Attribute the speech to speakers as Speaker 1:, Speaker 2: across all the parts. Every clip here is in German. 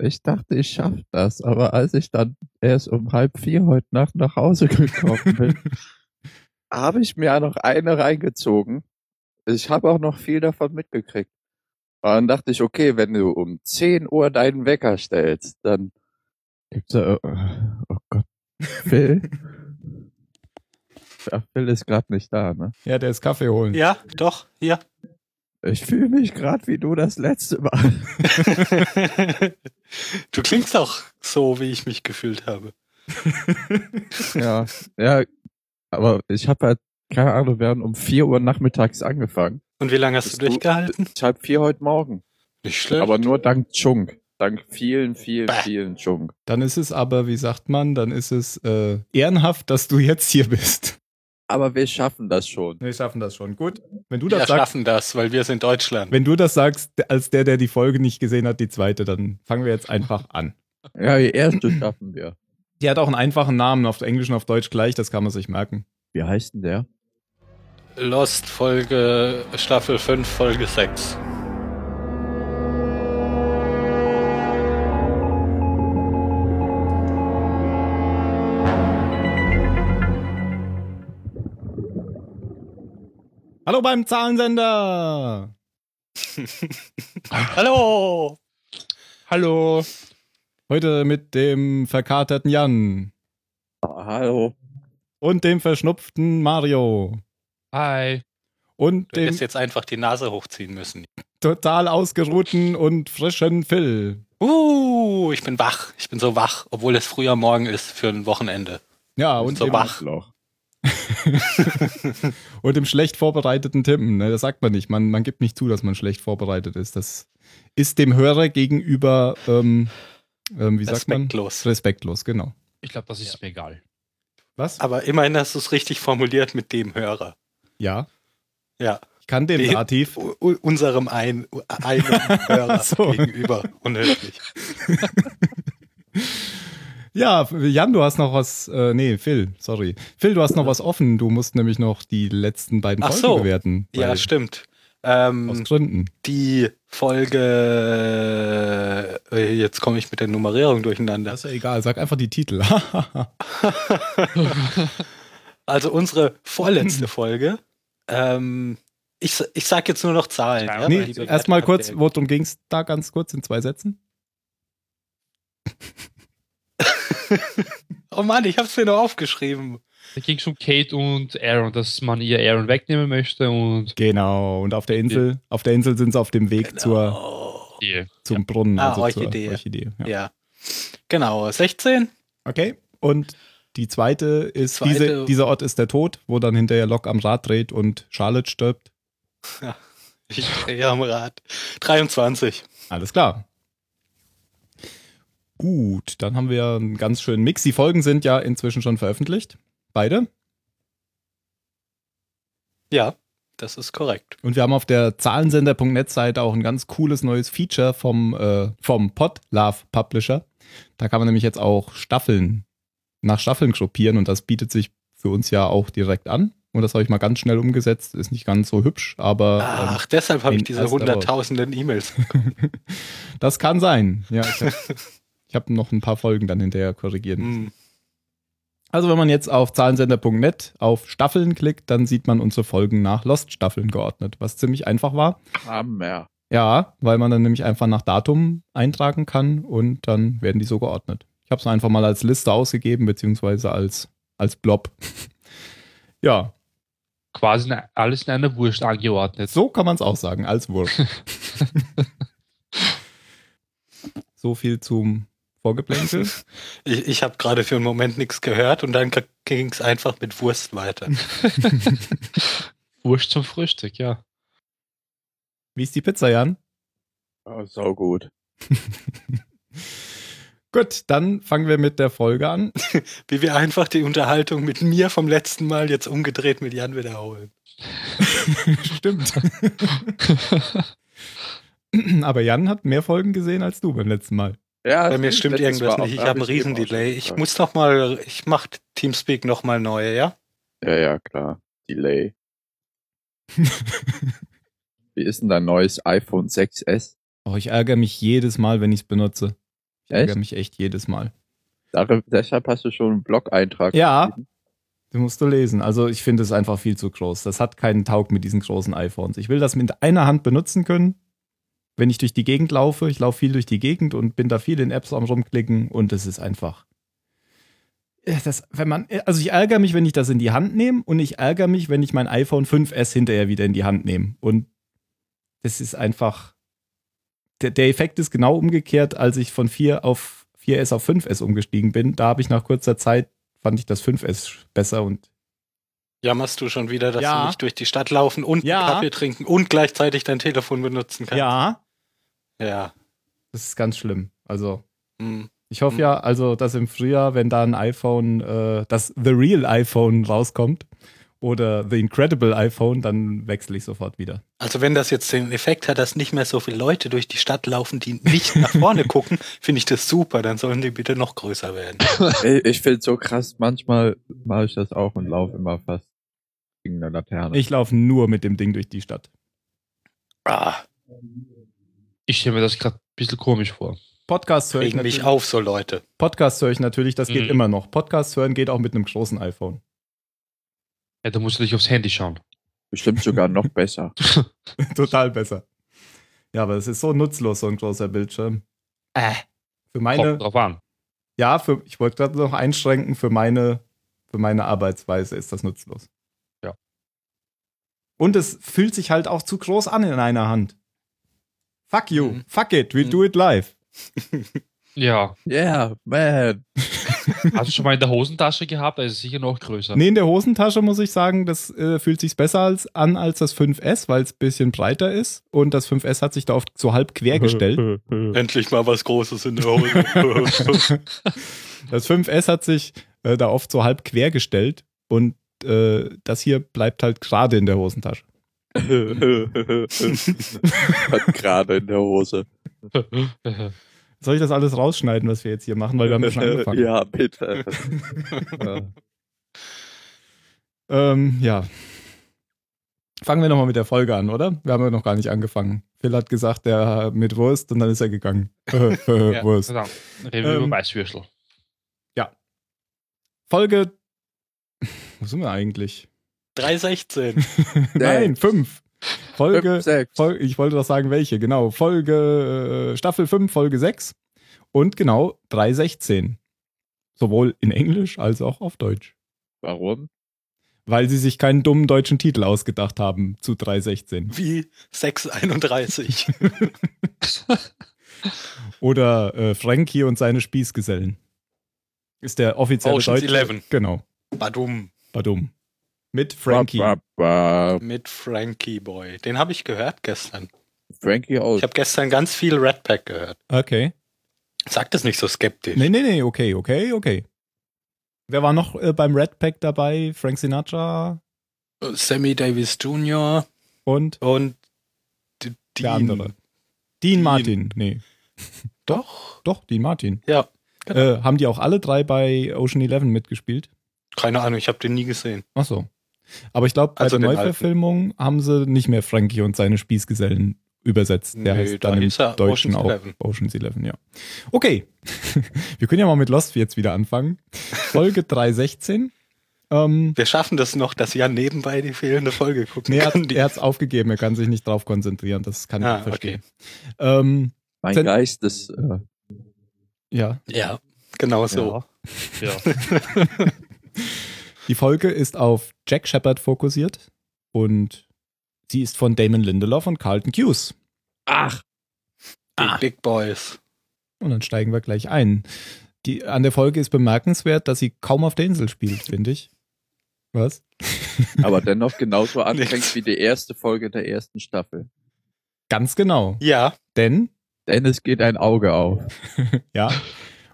Speaker 1: Ich dachte, ich schaff das, aber als ich dann erst um halb vier heute Nacht nach Hause gekommen bin, habe ich mir noch eine reingezogen. Ich habe auch noch viel davon mitgekriegt. Und dann dachte ich, okay, wenn du um 10 Uhr deinen Wecker stellst, dann gibt's ja, oh Gott, Phil. Ja, Phil ist gerade nicht da, ne?
Speaker 2: Ja, der ist Kaffee holen.
Speaker 3: Ja, doch, hier.
Speaker 1: Ich fühle mich gerade wie du das letzte Mal.
Speaker 3: du klingst auch so, wie ich mich gefühlt habe.
Speaker 1: ja, ja, aber ich habe halt, keine Ahnung, wir haben um 4 Uhr nachmittags angefangen.
Speaker 3: Und wie lange hast
Speaker 1: Bist
Speaker 3: du durchgehalten?
Speaker 1: Ich halb vier heute Morgen.
Speaker 3: Nicht schlecht.
Speaker 1: Aber nur dank Chung. Dank vielen, vielen,
Speaker 3: Bäh.
Speaker 1: vielen Chung.
Speaker 2: Dann ist es aber, wie sagt man, dann ist es äh, ehrenhaft, dass du jetzt hier bist.
Speaker 1: Aber wir schaffen das schon.
Speaker 2: Wir schaffen das schon. Gut. Wenn du
Speaker 3: wir
Speaker 2: das sagst,
Speaker 3: schaffen das, weil wir sind Deutschland.
Speaker 2: wenn du das sagst, als der, der die Folge nicht gesehen hat, die zweite, dann fangen wir jetzt einfach an.
Speaker 1: Ja, die erste schaffen wir.
Speaker 2: Die hat auch einen einfachen Namen, auf Englisch und auf Deutsch gleich, das kann man sich merken.
Speaker 1: Wie heißt denn der?
Speaker 3: Lost Folge Staffel 5 Folge 6.
Speaker 2: Hallo beim Zahlensender!
Speaker 3: Hallo!
Speaker 2: Hallo! Heute mit dem verkaterten Jan
Speaker 1: Ah, hallo.
Speaker 2: und dem verschnupften Mario
Speaker 4: Hi.
Speaker 2: und
Speaker 3: Du
Speaker 2: dem
Speaker 3: hättest jetzt einfach die Nase hochziehen müssen.
Speaker 2: total ausgeruhten und frischen Phil.
Speaker 3: Uh, ich bin wach. Ich bin so wach, obwohl es früher Morgen ist für ein Wochenende.
Speaker 2: Ja, und
Speaker 3: So
Speaker 2: dem,
Speaker 3: wach.
Speaker 2: und dem schlecht vorbereiteten Tim. Ne, das sagt man nicht. Man, man gibt nicht zu, dass man schlecht vorbereitet ist. Das ist dem Hörer gegenüber, ähm, ähm, wie sagt man?
Speaker 3: Respektlos.
Speaker 2: Respektlos, genau.
Speaker 4: Ich glaube, das ist mir egal.
Speaker 2: Was?
Speaker 3: Aber immerhin hast du es richtig formuliert mit dem Hörer.
Speaker 2: Ja.
Speaker 3: Ja.
Speaker 2: Ich kann den
Speaker 3: Nee.
Speaker 2: Dativ.
Speaker 3: U u- unserem ein, u- einem Hörer
Speaker 2: So.
Speaker 3: gegenüber. Unhöflich.
Speaker 2: Ja, Jan, du hast noch was. Äh, nee, Phil, sorry. Phil, du hast noch was offen. Du musst nämlich noch die letzten beiden
Speaker 3: Ach
Speaker 2: Folgen
Speaker 3: so.
Speaker 2: bewerten.
Speaker 3: Ja,
Speaker 2: weil-
Speaker 3: stimmt.
Speaker 2: Aus
Speaker 3: Ähm,
Speaker 2: Gründen.
Speaker 3: die Folge. äh, Jetzt komme ich mit der Nummerierung durcheinander.
Speaker 2: Das ist ja egal. Sag einfach die Titel.
Speaker 3: Also unsere vorletzte Folge. Ähm, ich, s- ich sag jetzt nur noch Zahlen. Ja,
Speaker 2: nee,
Speaker 3: weil die
Speaker 2: erstmal
Speaker 3: Bewertung
Speaker 2: kurz,
Speaker 3: hat
Speaker 2: worum ging es da ganz kurz in zwei Sätzen?
Speaker 3: der- Oh Mann, ich hab's mir nur aufgeschrieben.
Speaker 4: Da ging es um Kate und Aaron, dass man ihr Aaron wegnehmen möchte und
Speaker 2: Genau, und auf der Insel, auf der Insel sind sie auf dem Weg zur,
Speaker 3: Genau.
Speaker 4: die.
Speaker 2: zum Brunnen,
Speaker 3: Ah,
Speaker 2: also
Speaker 3: Orchidee.
Speaker 2: zur Orchidee. Ja.
Speaker 3: Ja. Genau, 16.
Speaker 2: Okay. Und die zweite ist,
Speaker 3: Zweite-
Speaker 2: Diese, dieser Ort ist der Tod, wo dann hinterher Locke am Rad dreht und Charlotte stirbt.
Speaker 3: Ich drehe am Rad. 23.
Speaker 2: Alles klar. Gut, dann haben wir einen ganz schönen Mix. Die Folgen sind ja inzwischen schon veröffentlicht. Beide.
Speaker 3: Ja, das ist korrekt.
Speaker 2: Und wir haben auf der zahlensender.net-Seite auch ein ganz cooles neues Feature vom, äh, vom Podlove Publisher. Da kann man nämlich jetzt auch Staffeln nach Staffeln gruppieren und das bietet sich für uns ja auch direkt an. Und das habe ich mal ganz schnell umgesetzt. Ist nicht ganz so hübsch, aber ähm,
Speaker 3: Ach, deshalb habe ich
Speaker 2: in
Speaker 3: diese
Speaker 2: erster Woche.
Speaker 3: hunderttausenden E-Mails.
Speaker 2: das kann sein. Ja, ich habe ich hab noch ein paar Folgen dann hinterher korrigieren müssen.
Speaker 3: Hm.
Speaker 2: Also wenn man jetzt auf zahlensender.net auf Staffeln klickt, dann sieht man unsere Folgen nach Lost-Staffeln geordnet, was ziemlich einfach war.
Speaker 1: Hammer.
Speaker 2: Ja, weil man dann nämlich einfach nach Datum eintragen kann und dann werden die so geordnet. Ich habe es einfach mal als Liste ausgegeben, beziehungsweise als, als Blob. ja,
Speaker 4: Quasi in- alles in einer Wurst angeordnet.
Speaker 2: so kann man es auch sagen, als Wurst. so viel zum Vorgeplänkel.
Speaker 3: Ich, ich habe gerade für einen Moment nichts gehört und dann ging es einfach mit Wurst weiter.
Speaker 4: Wurst zum Frühstück, ja.
Speaker 2: Wie ist die Pizza, Jan?
Speaker 1: Oh, so gut.
Speaker 2: Gut, dann fangen wir mit der Folge an.
Speaker 3: Wie wir einfach die Unterhaltung mit mir vom letzten Mal jetzt umgedreht mit Jan wiederholen.
Speaker 2: Stimmt. Aber Jan hat mehr Folgen gesehen als du beim letzten Mal.
Speaker 1: Ja,
Speaker 3: Bei mir
Speaker 1: das
Speaker 3: stimmt
Speaker 1: letztes
Speaker 3: irgendwas
Speaker 1: Mal
Speaker 3: nicht.
Speaker 1: auch,
Speaker 3: Ich
Speaker 1: da eh
Speaker 3: habe einen
Speaker 1: eben auch schon
Speaker 3: Riesendelay. Ich
Speaker 1: gesagt.
Speaker 3: muss noch mal, ich mach Teamspeak noch mal neu, ja?
Speaker 1: Ja, ja, klar. Delay. Wie ist denn dein neues iPhone 6S?
Speaker 2: Oh, ich ärgere mich jedes Mal, wenn ich es benutze. Ich ärgere
Speaker 1: Echt?
Speaker 2: mich echt jedes Mal.
Speaker 1: Dar- Deshalb hast du schon einen Blog-Eintrag.
Speaker 2: Ja,
Speaker 1: geschrieben.
Speaker 2: den musst du lesen. Also ich finde es einfach viel zu groß. Das hat keinen Taug mit diesen großen iPhones. Ich will das mit einer Hand benutzen können, wenn ich durch die Gegend laufe. Ich laufe viel durch die Gegend und bin da viel in Apps am rumklicken und es ist einfach. Ja, Das, wenn man, also ich ärgere mich, wenn ich das in die Hand nehme und ich ärgere mich, wenn ich mein iPhone 5S hinterher wieder in die Hand nehme. Und das ist einfach, der, der Effekt ist genau umgekehrt, als ich von 4 auf 4S auf 5S umgestiegen bin. Da habe ich nach kurzer Zeit fand ich das 5S besser und
Speaker 3: Jammerst du schon wieder, dass
Speaker 2: Ja.
Speaker 3: du nicht durch die Stadt laufen und
Speaker 2: Ja.
Speaker 3: Kaffee trinken und gleichzeitig dein Telefon benutzen kannst?
Speaker 2: ja,
Speaker 3: Ja.
Speaker 2: das ist ganz schlimm. Also
Speaker 3: Hm.
Speaker 2: ich hoffe ja, also dass im Frühjahr, wenn da ein iPhone, äh, das The Real iPhone rauskommt oder The Incredible iPhone, dann wechsle ich sofort wieder.
Speaker 3: Also wenn das jetzt den Effekt hat, dass nicht mehr so viele Leute durch die Stadt laufen, die nicht nach vorne gucken, finde ich das super. Dann sollen die bitte noch größer werden.
Speaker 1: Ey, Ich finde so krass, manchmal mache ich das auch und laufe immer fast gegen eine Laterne.
Speaker 2: Ich laufe nur mit dem Ding durch die Stadt.
Speaker 3: Ah,
Speaker 4: Ich stelle mir das gerade ein bisschen komisch vor.
Speaker 2: Podcast höre ich
Speaker 3: regen mich
Speaker 2: natürlich.
Speaker 3: auf, so Leute.
Speaker 2: Podcast höre ich natürlich, das geht
Speaker 4: Mhm.
Speaker 2: immer noch. Podcast hören geht auch mit einem großen iPhone.
Speaker 4: Ja, da musst du dich aufs Handy schauen.
Speaker 1: Bestimmt sogar noch besser.
Speaker 2: Total besser. Ja, aber es ist so nutzlos, so ein großer Bildschirm. Äh. Für meine,
Speaker 4: Kommt drauf an.
Speaker 2: ja, für, ich wollte gerade noch einschränken, für meine, für meine Arbeitsweise ist das nutzlos.
Speaker 4: Ja.
Speaker 2: Und es fühlt sich halt auch zu groß an in einer Hand. Fuck you.
Speaker 3: Mhm.
Speaker 2: Fuck it. We'll
Speaker 3: Mhm.
Speaker 2: do it live.
Speaker 4: Ja.
Speaker 1: Yeah, man.
Speaker 4: Hast du schon mal in der Hosentasche gehabt? Da ist es sicher noch größer.
Speaker 2: Nee, in der Hosentasche muss ich sagen, das äh, fühlt sich besser als, an als das 5S, weil es ein bisschen breiter ist. Und das 5S hat sich da oft so halb quer gestellt.
Speaker 3: Endlich mal was Großes in der Hose.
Speaker 2: Das 5S hat sich äh, da oft so halb quer gestellt und äh, das hier bleibt halt gerade in der Hosentasche.
Speaker 1: Hat gerade in der Hose.
Speaker 2: Soll ich das alles rausschneiden, was wir jetzt hier machen, weil wir haben ja schon angefangen.
Speaker 1: Ja, bitte.
Speaker 2: Ja. ähm, ja. Fangen wir nochmal mit der Folge an, oder? Wir haben ja noch gar nicht angefangen. Phil hat gesagt, der mit Wurst und dann ist er gegangen. Äh, Wurst.
Speaker 4: Verdammt. Reden wir
Speaker 2: Ähm.
Speaker 4: über Weißwürstel.
Speaker 2: Folge. Wo sind wir eigentlich?
Speaker 3: 316.
Speaker 2: Nein, fünf. Folge.
Speaker 1: Fünf, sechs.
Speaker 2: Fol ich wollte doch sagen, welche, genau. Folge äh, Staffel 5, Folge 6 und genau 316. Sowohl in Englisch als auch auf Deutsch.
Speaker 1: Warum?
Speaker 2: Weil sie sich keinen dummen deutschen Titel ausgedacht haben zu 316.
Speaker 3: Wie 631.
Speaker 2: Oder äh, Frankie und seine Spießgesellen. Ist der offizielle
Speaker 3: Ocean's
Speaker 2: deutsche.
Speaker 3: Eleven.
Speaker 2: Genau.
Speaker 3: Badum.
Speaker 2: Badum. Mit Frankie.
Speaker 1: Bap, bap, bap.
Speaker 3: Mit Frankie Boy. Den habe ich gehört gestern.
Speaker 1: Frankie aus.
Speaker 3: Ich habe gestern ganz viel Red Pack gehört.
Speaker 2: Okay.
Speaker 3: Sag das nicht so skeptisch.
Speaker 2: Nee, nee, nee, okay, okay, okay. Wer war noch äh, beim Red Pack dabei? Frank Sinatra
Speaker 3: Sammy Davis Jr.
Speaker 2: und
Speaker 3: und D- Dean.
Speaker 2: der andere. Dean Martin. Nee.
Speaker 3: Doch.
Speaker 2: Doch, Dean Martin.
Speaker 3: Ja.
Speaker 2: Äh, haben die auch alle drei bei Ocean Eleven mitgespielt?
Speaker 3: Keine Ahnung, ich habe den nie gesehen.
Speaker 2: Ach so. Aber ich glaube, bei
Speaker 3: Also
Speaker 2: der
Speaker 3: den
Speaker 2: Neuverfilmung haben sie nicht mehr Frankie und seine Spießgesellen übersetzt. Der
Speaker 3: Nö,
Speaker 2: heißt
Speaker 3: da
Speaker 2: dann im
Speaker 3: hieß er
Speaker 2: Deutschen
Speaker 3: Ocean's
Speaker 2: auch
Speaker 3: Eleven.
Speaker 2: Ocean's Eleven, ja. Okay. Wir können ja mal mit Lost jetzt wieder anfangen. Folge 316. Ähm,
Speaker 3: Wir schaffen das noch, dass Jan nebenbei die fehlende Folge gucken
Speaker 2: nee, er
Speaker 3: kann.
Speaker 2: hat
Speaker 3: Die-
Speaker 2: es aufgegeben, er kann sich nicht drauf konzentrieren, das kann ich
Speaker 3: Ah,
Speaker 2: auch verstehen. Ähm,
Speaker 1: Mein
Speaker 2: Sen-
Speaker 1: Geist ist. Äh,
Speaker 2: ja,
Speaker 3: ja, genau so.
Speaker 4: Ja.
Speaker 2: Die Folge ist auf Jack Shepard fokussiert und sie ist von Damon Lindelof und Carlton Hughes.
Speaker 1: ach,
Speaker 3: Die
Speaker 1: Ah.
Speaker 3: Big Boys.
Speaker 2: Und dann steigen wir gleich ein. Die, an der Folge ist bemerkenswert, dass sie kaum auf der Insel spielt, finde ich. Was?
Speaker 1: aber dennoch genauso anfängt
Speaker 3: Nix.
Speaker 1: wie die erste Folge der ersten Staffel.
Speaker 2: Ganz genau.
Speaker 3: Ja,
Speaker 2: Denn,
Speaker 1: Denn es geht ein Auge auf.
Speaker 2: ja,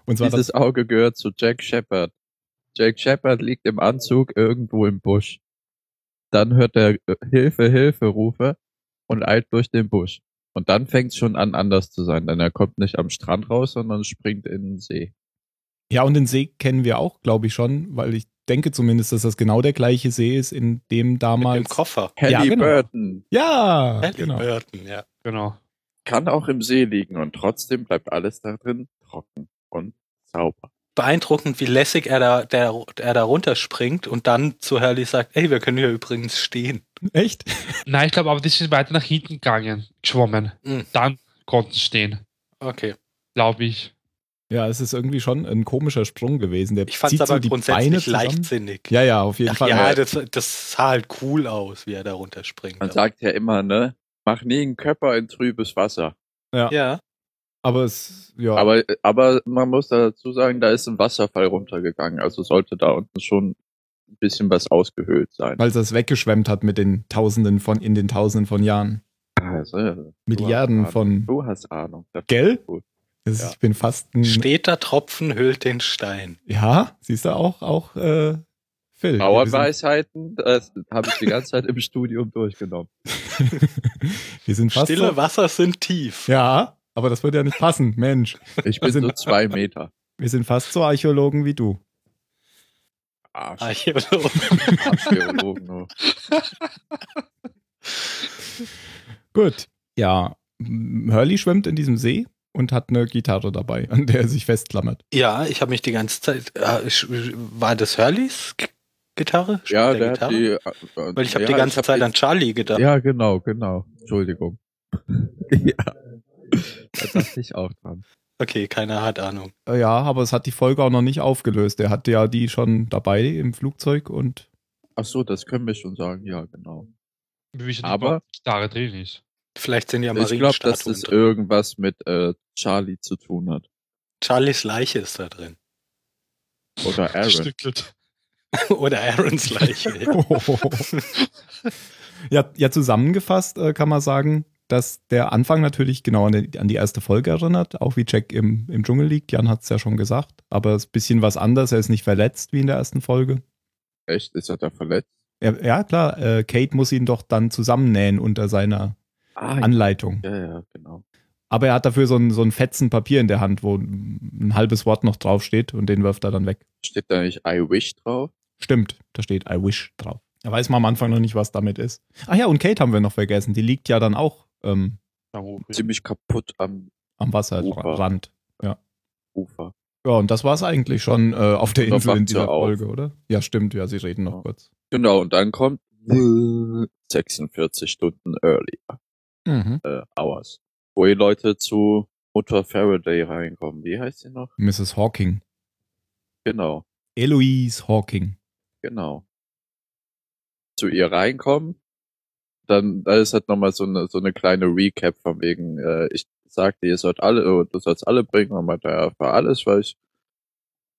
Speaker 2: und zwar das,
Speaker 1: Dieses Auge gehört zu Jack Shepard. Jack Shepard liegt im Anzug irgendwo im Busch. Dann hört er äh, Hilfe, Hilfe Rufe und eilt durch den Busch. Und dann fängt es schon an, anders zu sein, denn er kommt nicht am Strand raus, sondern springt in den See.
Speaker 2: ja, und den See kennen wir auch, glaube ich schon, weil ich denke zumindest, dass das genau der gleiche See ist, in dem
Speaker 3: mit
Speaker 2: damals.
Speaker 3: dem Koffer.
Speaker 1: Halle
Speaker 2: Ja, genau.
Speaker 1: Burton.
Speaker 2: Ja,
Speaker 3: Halliburton,
Speaker 2: genau.
Speaker 3: ja.
Speaker 4: Genau.
Speaker 1: kann auch im See liegen und trotzdem bleibt alles da drin trocken und sauber.
Speaker 3: Beeindruckend, wie lässig er da, der, er da runterspringt und dann zu Hurley sagt, ey, wir können hier übrigens stehen.
Speaker 2: Echt?
Speaker 4: Nein, ich glaube, aber die sind weiter nach hinten gegangen, geschwommen.
Speaker 3: Mhm.
Speaker 4: Dann konnten sie stehen,
Speaker 3: Okay.
Speaker 4: glaube ich.
Speaker 2: Ja, es ist irgendwie schon ein komischer Sprung gewesen. Der
Speaker 3: Ich fand es
Speaker 2: zieht
Speaker 3: aber
Speaker 2: so die Beine
Speaker 3: grundsätzlich
Speaker 2: zusammen.
Speaker 3: leichtsinnig.
Speaker 2: Ja, ja, auf jeden
Speaker 3: Ach
Speaker 2: Fall.
Speaker 3: ja, das, das sah halt cool aus, wie er da runterspringt.
Speaker 2: Genau.
Speaker 1: Man sagt ja immer, ne? Mach nie einen Körper in trübes Wasser.
Speaker 3: ja.
Speaker 2: aber es, ja.
Speaker 1: Aber, aber man muss dazu sagen, da ist ein Wasserfall runtergegangen. Also sollte da unten schon ein bisschen was ausgehöhlt sein.
Speaker 2: weil es das weggeschwemmt hat mit den Tausenden von, in den Tausenden von Jahren.
Speaker 1: Also,
Speaker 2: Milliarden
Speaker 1: Ahnung.
Speaker 2: von.
Speaker 1: du hast Ahnung. davon.
Speaker 2: Gell?
Speaker 1: Gut.
Speaker 2: Das,
Speaker 1: Ja.
Speaker 2: Ich bin fast ein.
Speaker 3: Steter Tropfen hüllt den Stein.
Speaker 2: ja, siehst du auch, auch, äh, Phil.
Speaker 1: Bauernweisheiten, das habe ich die ganze Zeit im Studium durchgenommen.
Speaker 2: Wir sind, wir sind fast.
Speaker 3: Stille
Speaker 2: so,
Speaker 3: Wasser sind tief.
Speaker 2: ja, aber das würde ja nicht passen, Mensch.
Speaker 1: Ich bin
Speaker 2: sind-
Speaker 1: so zwei Meter.
Speaker 2: Wir sind fast so Archäologen wie du.
Speaker 3: Ah,
Speaker 1: Arsch,
Speaker 3: Archäologen.
Speaker 1: Archäologen nur.
Speaker 2: Gut. Ja, m- Hurley schwimmt in diesem See und hat eine Gitarre dabei, an der er sich festklammert.
Speaker 3: Ja, ich habe mich die ganze Zeit. Äh, sch- war das Hurleys G- Gitarre? Spielt
Speaker 1: Ja, der hat
Speaker 3: Gitarre?
Speaker 1: die. äh,
Speaker 3: Weil ich habe
Speaker 1: ja,
Speaker 3: die ganze
Speaker 1: hab
Speaker 3: Zeit
Speaker 1: die-
Speaker 3: an Charlie gedacht.
Speaker 1: Ja, genau, genau. Entschuldigung. ja. Da dachte ich auch dran.
Speaker 3: Okay, keiner hat Ahnung.
Speaker 2: Äh, Ja, aber es hat die Folge auch noch nicht aufgelöst. Er hatte ja die schon dabei im Flugzeug und
Speaker 1: Ach so, das können wir schon sagen, ja, genau.
Speaker 4: Wir wissen nicht,
Speaker 1: Aber-
Speaker 4: ob die Gitarre drin ist.
Speaker 3: Vielleicht sind ja
Speaker 1: ich glaube, dass
Speaker 3: Marienstatuen
Speaker 1: das
Speaker 3: drin.
Speaker 1: irgendwas mit äh, Charlie zu tun hat.
Speaker 3: Charlies Leiche ist da drin.
Speaker 1: Oder Aaron.
Speaker 4: Gestückelt.
Speaker 3: Oder Aarons Leiche. ja.
Speaker 2: ja, ja, zusammengefasst äh, kann man sagen, dass der Anfang natürlich genau an, den, an die erste Folge erinnert, auch wie Jack im, im Dschungel liegt. Jan hat es ja schon gesagt, aber es ist ein bisschen was anders. Er ist nicht verletzt wie in der ersten Folge.
Speaker 1: Echt? Ist er da verletzt?
Speaker 2: Er, ja, klar, äh, Kate muss ihn doch dann zusammennähen unter seiner
Speaker 1: Ah,
Speaker 2: Anleitung.
Speaker 1: ja, ja, genau.
Speaker 2: Aber er hat dafür so ein, so ein Fetzen Papier in der Hand, wo ein halbes Wort noch draufsteht und den wirft er dann weg.
Speaker 1: Steht da nicht I wish drauf?
Speaker 2: Stimmt, da steht I wish drauf. Da weiß man am Anfang noch nicht, was damit ist. Ach ja, und Kate haben wir noch vergessen. Die liegt ja dann auch ähm,
Speaker 4: Da oben.
Speaker 1: Ziemlich kaputt am
Speaker 2: am
Speaker 1: Ufer.
Speaker 2: Wasserrand.
Speaker 1: Ufer.
Speaker 2: Ja, und das war es eigentlich schon äh, auf der
Speaker 1: Und dann wacht
Speaker 2: Insel in
Speaker 1: sie
Speaker 2: dieser
Speaker 1: auf.
Speaker 2: Folge, oder? Ja, stimmt, ja, sie reden noch
Speaker 1: Ja.
Speaker 2: kurz.
Speaker 1: Genau, und dann kommt 46 Stunden earlier äh, hours, wo die Leute zu Mutter Faraday reinkommen. Wie heißt sie noch?
Speaker 2: Mrs. Hawking.
Speaker 1: Genau,
Speaker 2: Eloise Hawking.
Speaker 1: genau. Zu ihr reinkommen. Dann, da ist halt nochmal so eine, so eine kleine Recap von wegen, äh, ich sagte, ihr sollt alle, äh, du sollst alle bringen, und meinte, ja, für alles, weil ich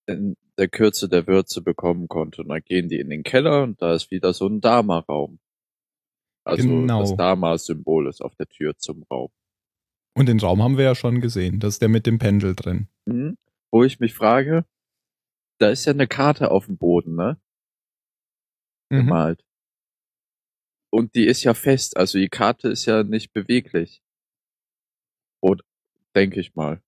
Speaker 1: in der Kürze der Würze bekommen konnte. Und dann gehen die in den Keller und da ist wieder so ein Dharma-Raum. Also
Speaker 2: Genau.
Speaker 1: das Dharma-Symbol ist auf der Tür zum Raum.
Speaker 2: Und den Raum haben wir ja schon gesehen. Das ist der mit dem Pendel drin.
Speaker 1: Mhm. Wo ich mich frage, da ist ja eine Karte auf dem Boden, ne?
Speaker 2: Mhm.
Speaker 1: Gemalt. Und die ist ja fest, also die Karte ist ja nicht beweglich. Und denke ich mal.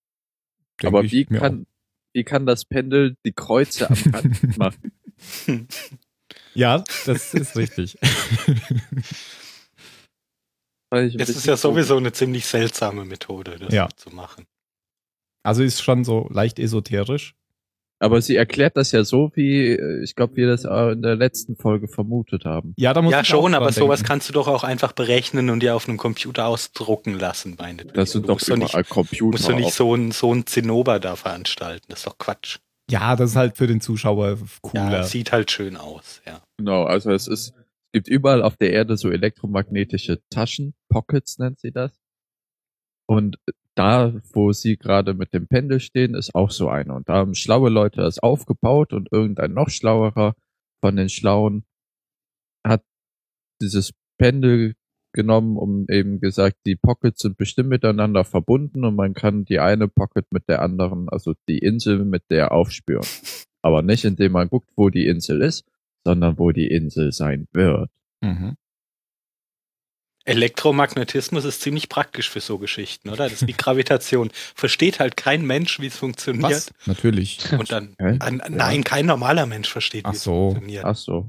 Speaker 2: Denk
Speaker 1: Aber
Speaker 2: ich
Speaker 1: wie
Speaker 2: mir
Speaker 1: kann, wie kann das Pendel die Kreuze am Rand machen?
Speaker 2: auch. Ja, das ist richtig.
Speaker 1: Weil ich ein
Speaker 3: Es ist
Speaker 1: bisschen
Speaker 3: ja sowieso eine ziemlich seltsame Methode, das
Speaker 2: Ja.
Speaker 3: zu machen.
Speaker 2: also ist schon so leicht esoterisch.
Speaker 1: Aber sie erklärt das ja so, wie äh, ich glaube, wir das auch in der letzten Folge vermutet haben.
Speaker 2: Ja, da muss
Speaker 3: Ja,
Speaker 2: ich auch
Speaker 3: schon,
Speaker 2: dran
Speaker 3: aber sowas
Speaker 2: denken.
Speaker 3: kannst du doch auch einfach berechnen und dir auf einem Computer ausdrucken lassen, meine
Speaker 1: Das sind doch
Speaker 3: musst du nicht,
Speaker 1: überall Computer.
Speaker 3: musst du nicht
Speaker 1: auch.
Speaker 3: so ein, so ein Zinnober da veranstalten. Das ist doch Quatsch.
Speaker 2: Ja, das ist halt für den Zuschauer
Speaker 3: Ja,
Speaker 2: cooler.
Speaker 3: sieht halt schön aus, ja.
Speaker 1: Genau, also es ist, es gibt überall auf der Erde so elektromagnetische Taschen, Pockets nennt sie das. Und da, wo sie gerade mit dem Pendel stehen, ist auch so eine. Und da haben schlaue Leute das aufgebaut und irgendein noch schlauerer von den Schlauen hat dieses Pendel genommen, um eben gesagt, die Pockets sind bestimmt miteinander verbunden und man kann die eine Pocket mit der anderen, also die Insel mit der aufspüren. Aber nicht, indem man guckt, wo die Insel ist, sondern wo die Insel sein wird.
Speaker 2: mhm.
Speaker 3: Elektromagnetismus ist ziemlich praktisch für so Geschichten, oder? Das ist wie Gravitation. Versteht halt kein Mensch, wie es funktioniert.
Speaker 2: Was? Natürlich.
Speaker 3: Und dann,
Speaker 1: Hä?
Speaker 3: an, nein, kein normaler Mensch versteht, wie
Speaker 2: Ach
Speaker 3: es
Speaker 2: so.
Speaker 3: funktioniert.
Speaker 1: Ach so.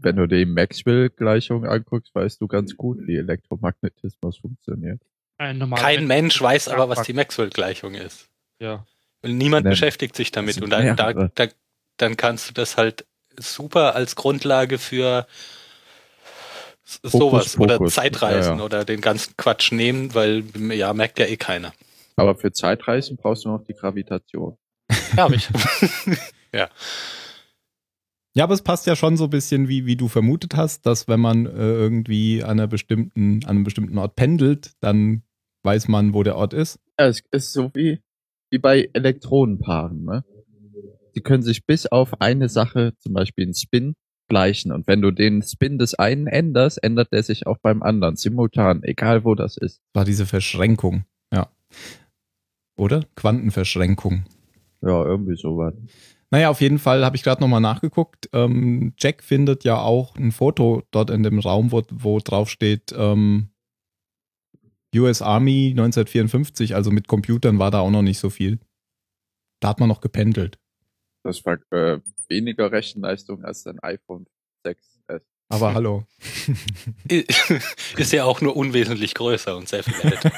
Speaker 1: Wenn du die Maxwell-Gleichung anguckst, weißt du ganz gut, wie Elektromagnetismus funktioniert.
Speaker 4: Ein normaler
Speaker 3: Kein Mensch weiß aber, was
Speaker 4: Abfuck.
Speaker 3: die Maxwell-Gleichung ist.
Speaker 4: Ja.
Speaker 3: Und niemand
Speaker 1: Ja.
Speaker 3: beschäftigt sich damit.
Speaker 1: sind
Speaker 3: Und dann, da,
Speaker 1: mehrere.
Speaker 3: da, dann kannst du das halt super als Grundlage für s-
Speaker 1: Hokus
Speaker 3: sowas oder
Speaker 1: Pokus.
Speaker 3: Zeitreisen
Speaker 1: Ja, ja.
Speaker 3: oder den ganzen Quatsch nehmen, weil ja, merkt ja eh keiner.
Speaker 1: Aber für Zeitreisen brauchst du noch die Gravitation.
Speaker 3: Ja, hab ich.
Speaker 2: Ja, aber es passt ja schon so ein bisschen, wie, wie du vermutet hast, dass wenn man äh, irgendwie an, einer bestimmten, an einem bestimmten Ort pendelt, dann weiß man, wo der Ort ist.
Speaker 1: Ja, es ist so wie, wie bei Elektronenpaaren, ne? Die können sich bis auf eine Sache, zum Beispiel einen Spin, gleichen. Und wenn du den Spin des einen änderst, ändert der sich auch beim anderen, simultan, egal wo das ist.
Speaker 2: War diese Verschränkung, ja. Oder? Quantenverschränkung.
Speaker 1: Ja, irgendwie sowas.
Speaker 2: Naja, auf jeden Fall habe ich gerade nochmal nachgeguckt. Ähm, Jack findet ja auch ein Foto dort in dem Raum, wo, wo drauf steht ähm, US Army 1954, also mit Computern war da auch noch nicht so viel. Da hat man noch gependelt.
Speaker 1: Das war äh, weniger Rechenleistung als dein iPhone 6S.
Speaker 2: Aber hallo.
Speaker 3: ist ja auch nur unwesentlich größer und sehr viel älter.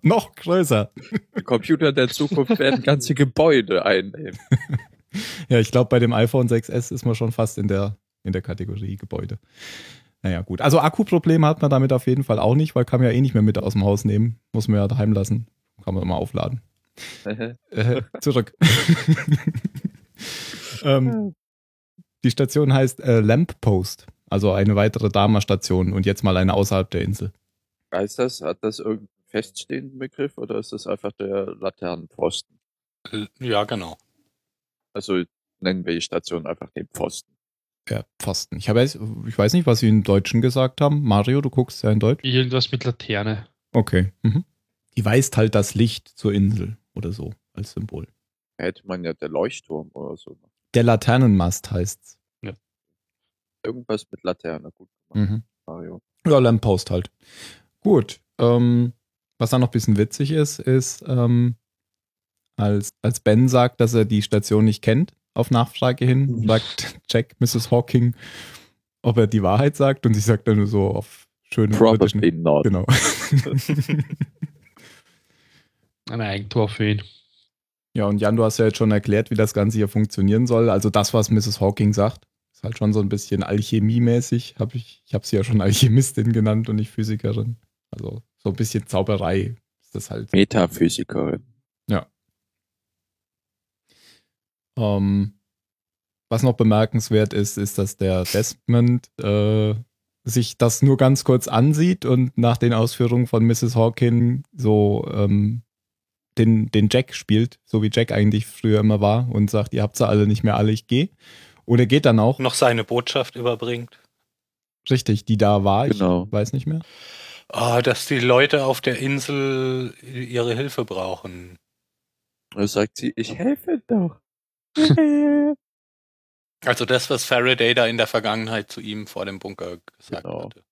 Speaker 2: noch größer.
Speaker 1: Die Computer der Zukunft werden ganze Gebäude einnehmen.
Speaker 2: Ja, ich glaube, bei dem iPhone 6S ist man schon fast in der, in der Kategorie Gebäude. Naja, gut. Also Akkuprobleme hat man damit auf jeden Fall auch nicht, weil kann man ja eh nicht mehr mit aus dem Haus nehmen. Muss man ja daheim lassen. Kann man mal aufladen. Äh, zurück. ähm, die Station heißt äh, Lamppost, also eine weitere Dharma-Station und jetzt mal eine außerhalb der Insel.
Speaker 1: Heißt das, hat das irgendeinen feststehenden Begriff oder ist das einfach der Laternenpfosten?
Speaker 3: ja, genau.
Speaker 1: Also nennen wir die Station einfach den Pfosten.
Speaker 2: Ja, Pfosten. Ich, habe jetzt, ich weiß nicht, was sie im Deutschen gesagt haben. Mario, du guckst ja in Deutsch.
Speaker 4: Irgendwas mit Laterne.
Speaker 2: Okay. Mhm. Die weist halt das Licht zur Insel oder so als Symbol.
Speaker 1: Hätte man ja der Leuchtturm oder so.
Speaker 2: Der Laternenmast heißt's.
Speaker 1: Irgendwas mit Laterne. Gut gemacht,
Speaker 2: Mhm.
Speaker 1: Mario.
Speaker 2: Ja, Lamppost halt. Gut. Ähm, was dann noch ein bisschen witzig ist, ist, ähm, als, als Ben sagt, dass er die Station nicht kennt, auf Nachfrage hin, sagt Jack Mrs. Hawking, ob er die Wahrheit sagt. Und sie sagt dann nur so auf schönen britischen-
Speaker 1: Probably not.
Speaker 2: Genau.
Speaker 4: Ein Eigentor für ihn.
Speaker 2: ja, und Jan, du hast ja jetzt schon erklärt, wie das Ganze hier funktionieren soll. Also das, was Mrs. Hawking sagt, ist halt schon so ein bisschen alchemiemäßig. Hab ich ich habe sie ja schon Alchemistin genannt und nicht Physikerin. Also so ein bisschen Zauberei ist das halt.
Speaker 1: Metaphysikerin.
Speaker 2: Ähm, was noch bemerkenswert ist, ist, dass der Desmond äh, sich das nur ganz kurz ansieht und nach den Ausführungen von Mrs. Hawking so ähm, den, den Jack spielt, so wie Jack eigentlich früher immer war und sagt, ihr habt sie alle nicht mehr alle, ich gehe. Und er geht dann auch,
Speaker 3: Noch seine Botschaft überbringt.
Speaker 2: richtig, die da war,
Speaker 1: Genau.
Speaker 2: ich weiß nicht mehr.
Speaker 3: Ah, dass die Leute auf der Insel ihre Hilfe brauchen.
Speaker 1: Da sagt sie, ich helfe doch. genau.
Speaker 3: Also das, was Faraday da in der Vergangenheit zu ihm vor dem Bunker gesagt
Speaker 1: Genau.
Speaker 3: hatte.